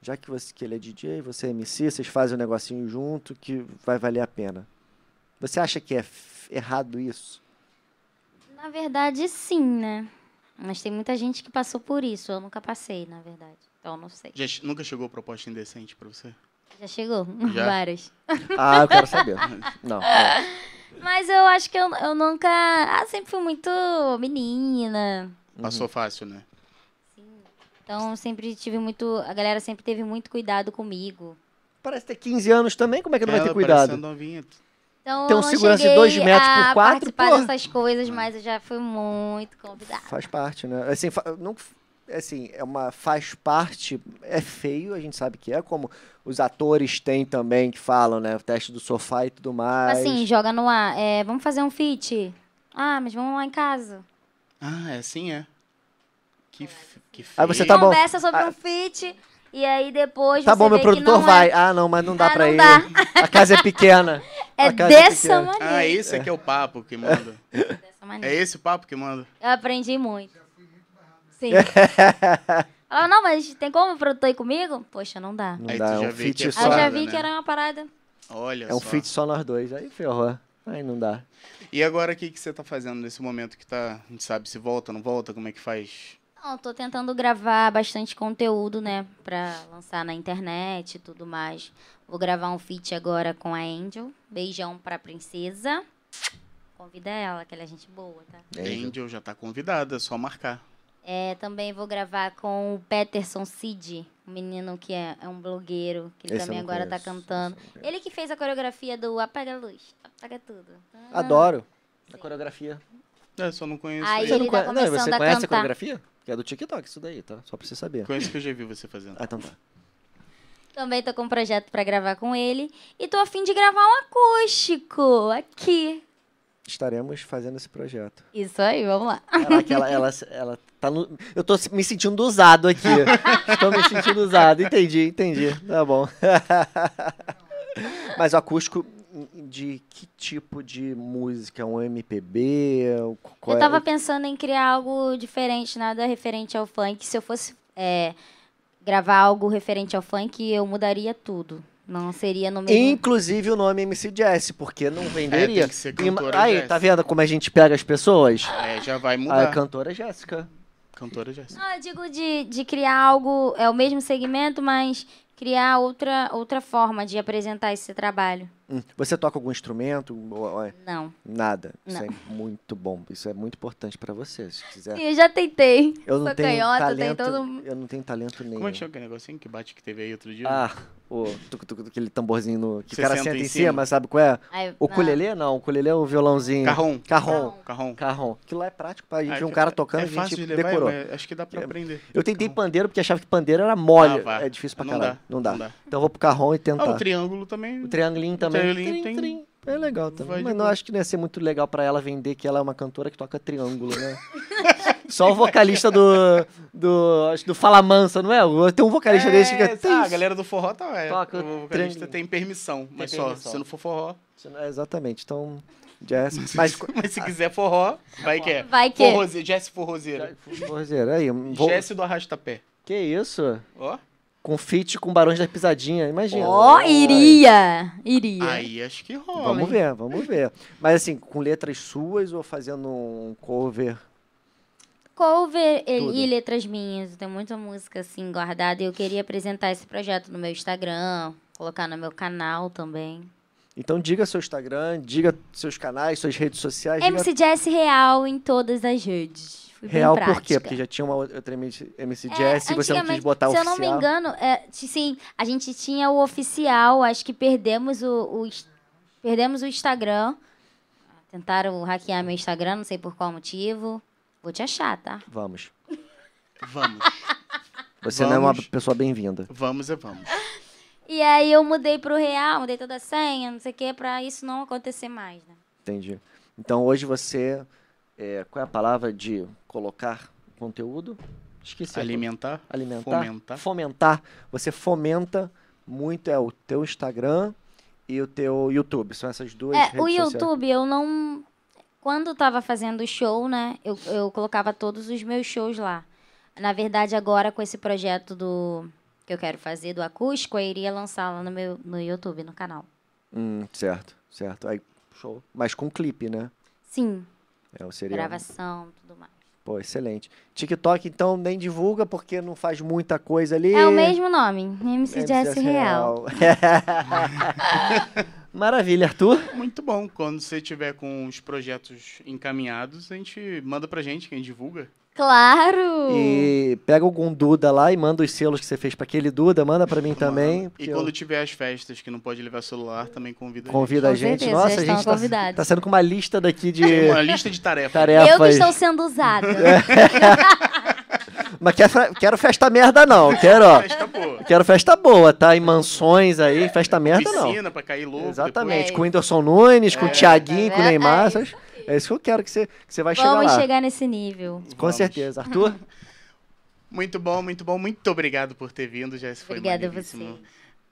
A: já que, você, que ele é DJ, você é MC, vocês fazem um negocinho junto que vai valer a pena. Você acha que é f- errado isso?
C: Na verdade, sim, né? Mas tem muita gente que passou por isso. Eu nunca passei, na verdade. Então, não sei.
B: Já che- nunca chegou proposta indecente pra você?
A: Uhum.
C: Já chegou?
B: Já?
C: Várias.
A: Ah, eu quero saber. Não, não.
C: Mas eu acho que eu, eu nunca. Ah, sempre fui muito menina.
B: Passou fácil, né?
C: Então, sempre tive muito. A galera sempre teve muito cuidado comigo.
A: Parece ter 15 anos também, como é que não vai
B: Ela
A: ter cuidado?
B: parecendo novinha.
C: Então,
A: Tem um
C: eu não
A: segurança de
C: cheguei
A: dois metros por
C: a
A: quatro,
C: participar
A: porra.
C: dessas coisas, mas eu já fui muito convidada. Tipo
A: Faz parte, né? Assim, fa- não, assim, é uma faz parte, é feio, a gente sabe que é, como os atores têm também, que falam, né? O teste do sofá e tudo mais.
C: Assim, joga no ar. É, vamos fazer um feat? Ah, mas vamos lá em casa.
B: Ah, é assim, é. Que, f- que feio.
A: Aí você tá bom.
C: Conversa sobre
A: Ah.
C: um feat e aí depois.
A: tá
C: você
A: bom, meu
C: vê que não
A: produtor
C: é-
A: vai. Ah, não, mas não dá
C: Ah,
A: pra
C: não
A: ele.
C: dá.
A: A casa é pequena.
C: É
A: A casa
C: dessa
A: pequena.
C: maneira.
B: Ah, esse aqui é o papo que manda.
C: Dessa maneira.
B: É esse o papo que manda?
C: Eu aprendi muito. Sim. Falava, não, mas tem como o produtor ir comigo? Poxa, não dá.
A: Não
B: Aí
A: dá,
B: tu
A: é
B: já
A: um
B: vê
A: feat
B: que é
C: Aí eu
A: só.
C: já
B: foda,
C: vi
B: né?
C: que era uma parada.
B: Olha
A: É um
B: só.
A: feat só nós dois. Aí ferrou. Aí não dá.
B: E agora, o que, que você tá fazendo nesse momento que tá... Não sabe se volta, não volta, como é que faz?
C: Não, eu tô tentando gravar bastante conteúdo, né? Pra lançar na internet e tudo mais. Vou gravar um feat agora com a Angel. Beijão pra princesa. Convida ela, que ela é gente boa, tá?
B: Angel já tá convidada, é só marcar.
C: É, também vou gravar com o Peterson Cid, um menino que é, é um blogueiro, que ele
A: Esse eu
C: também
A: não
C: agora
A: conheço,
C: tá cantando.
A: esse eu não conheço.
C: Ele que fez a coreografia do Apaga a Luz, Apaga Tudo.
A: Adoro. A coreografia.
B: É, só não conheço
C: Aí
B: ele.
C: ele tá
A: não, você
C: começando a
A: conhece a
C: cantar.
A: coreografia? Que é do TikTok, isso daí, tá? Só pra você saber.
B: Conheço que eu já vi você fazendo.
A: Ah, então tá.
C: Também tô com um projeto pra gravar com ele. E tô afim de gravar um acústico aqui.
A: Estaremos fazendo esse projeto.
C: Isso aí, vamos lá.
A: Caraca, ela, ela, ela tá no... Eu tô me sentindo usado aqui. Estou me sentindo usado. Entendi, entendi. Tá bom. Mas o acústico de que tipo de música? Um MPB? Qual
C: Eu
A: é?
C: tava pensando em criar algo diferente, nada referente ao funk. Se eu fosse é, gravar algo referente ao funk, eu mudaria tudo. Não seria no mesmo...
A: Inclusive o nome MC Jazz, porque não venderia.
B: É, tem que ser cantora
A: Aí,
B: Jessie.
A: tá vendo como a gente pega as pessoas?
B: É, já vai
A: A
B: mudar.
A: cantora Jéssica.
B: Cantora já. é assim.
C: Ah, Não, eu digo de, de criar algo, é o mesmo segmento, mas criar outra, outra forma de apresentar esse trabalho.
A: Hum, Você toca algum instrumento? Ou- ou é-
C: Não.
A: Nada. Isso
C: Não.
A: é muito bom. Isso é muito importante pra você, se quiser.
C: Eu já tentei.
A: Eu não
C: Sou
A: tenho
C: canhota, tem
A: talento.
C: todo mundo.
A: Eu não tenho talento nenhum.
B: Como é que chama aquele negocinho que bate que teve aí outro dia?
A: Ah, o tuc, tuc, tuc, aquele tamborzinho no- que o
B: Você
A: cara
B: senta
A: senta
B: em
A: em
B: cima?
A: cima, sabe qual é?
C: Ai,
A: O
C: não.
A: ukulele não, o ukulele é o violãozinho.
B: Carrom.
A: Carrom.
B: Carrom.
A: Carrom. Aquilo lá é prático pra gente
B: Ah,
A: ver um
B: que-
A: cara
B: é-
A: tocando,
B: é
A: a gente
B: fácil de levar,
A: decorou. É,
B: mas acho que dá pra
A: Eu-
B: aprender.
A: Eu tentei
B: Carrom.
A: pandeiro porque achava que pandeiro era mole.
B: Ah, vá.
A: é difícil pra
B: Não
A: caralho.
B: dá,
A: Não dá.
B: não dá.
A: Então eu vou pro Carrom e tentar.
B: Ah, o triângulo também.
A: O triangulinho também.
B: triangulinho
A: Trim,
B: tem-
A: trim. É legal
B: Vai
A: também.
B: de
A: Mas não
B: boa.
A: acho que não ia ser muito legal pra ela vender que ela é uma cantora que toca triângulo, né? Só o vocalista do. do acho que do Fala Mansa, não é? Tem um vocalista
B: É,
A: desse que é.
B: ah, a galera do forró tá. É,
A: Toca o
B: o vocalista
A: triângulo.
B: tem permissão, mas
A: Tem
B: só.
A: permissão.
B: Se não for forró.
A: É, exatamente. Então. Jazz. Mas.
B: Mas se quiser forró, vai que é.
C: Vai que.
B: Forrozeira, Jess Forrozeira.
A: Forrozeira, aí. um Vou...
B: Jess do Arrastapé.
A: Que isso?
B: Ó.
A: Confite com Barões da Pisadinha, imagina.
C: Ó, iria! Iria.
B: Aí acho que rola.
A: é? Vamos
B: hein?
A: ver, vamos ver. Mas assim, com letras suas ou fazendo um cover?
C: Cover e,
A: Tudo.
C: e letras minhas. Eu tenho muita música assim guardada. E eu queria apresentar esse projeto no meu Instagram, colocar no meu canal também.
A: Então diga seu Instagram, diga seus canais, suas redes sociais. diga
C: MC Jazz Real em todas as redes. Fui bem
A: Real
C: prática.
A: por quê? Porque já tinha uma outra MC MC
C: É,
A: Jazz e você não quis
C: antigamente,
A: botar
C: Se eu
A: oficial.
C: não me engano, é, t- sim, a gente tinha o oficial, acho que perdemos o, o ins- perdemos o Instagram. Tentaram hackear meu Instagram, não sei por qual motivo. Vou te achar, tá?
A: Vamos.
B: Vamos.
A: Você não é uma
B: Vamos.
A: pessoa bem-vinda.
B: Vamos é vamos.
C: E aí eu mudei pro real, mudei toda a senha, não sei o quê, pra isso não acontecer mais, né?
A: Entendi. Então hoje você. é, qual é a palavra de colocar conteúdo? Esqueci. a
B: Alimentar.
A: alimentar,
B: Fomentar.
A: fomentar. Você fomenta muito é o teu Instagram e o teu YouTube. São essas duas
C: É,
A: redes
C: o
A: sociais.
C: YouTube, eu não. Quando tava fazendo o show, né? Eu, eu colocava todos os meus shows lá. Na verdade, agora com esse projeto do que eu quero fazer do acústico, eu iria lançar lá no meu no YouTube, no canal.
A: Hum, certo, certo. Aí, show. Mas com clipe, né?
C: Sim,
A: É, o seria.
C: gravação, tudo mais.
A: Pô, excelente. TikTok, então, nem divulga porque não faz muita coisa ali. É
C: É o mesmo nome, MC
A: MCS
C: Jazz Real.
A: Maravilha, Arthur.
B: Muito bom. Quando você tiver com os projetos encaminhados, a gente manda pra gente, quem divulga.
C: Claro!
A: E pega algum Duda lá e manda os selos que você fez pra aquele Duda, manda pra mim também.
B: E
A: porque eu-
B: quando tiver as festas que não pode levar celular, também convida. a
A: Convida
C: Com
A: a gente.
C: certeza,
A: Nossa,
C: já
A: a
C: estão
A: gente tá,
C: convidados.
A: tá sendo com uma lista daqui de
B: gente. Tem uma lista de tarefas.
A: tarefas.
C: Eu que estou sendo usada.
A: Mas quer fra- quero festa merda não, quero, ó.
B: Festa, pô.
A: Quero festa boa, tá? Em mansões aí, festa merda não.
B: Piscina pra cair louco.
A: Exatamente,
C: depois.
A: com o Whindersson Nunes, com o
B: É.
A: Thiaguinho,
C: Tá
A: com o
C: vendo?
A: Neymar,
C: É
A: essas- é isso que eu quero que você, que você vai chegar
C: Vamos
A: lá.
C: chegar nesse nível.
B: depois.
A: Com
B: Vamos.
A: certeza. Arthur,
B: Muito bom, muito bom. Muito obrigado por ter vindo, Jess. Foi
C: Obrigada a
B: maneiríssimo.
C: você.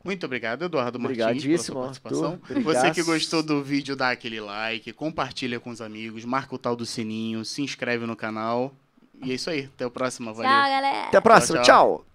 B: Muito obrigado, Eduardo Martins, pela sua
A: Obrigadíssimo,
B: participação.
A: Arthur. Obrigaço.
B: Você que gostou do vídeo, dá aquele like, compartilha com os amigos, marca o tal do sininho, se inscreve no canal. E é isso aí. Até o próximo.
C: Tchau,
B: Valeu.
C: galera!
A: até a próxima.
B: tchau.
A: tchau.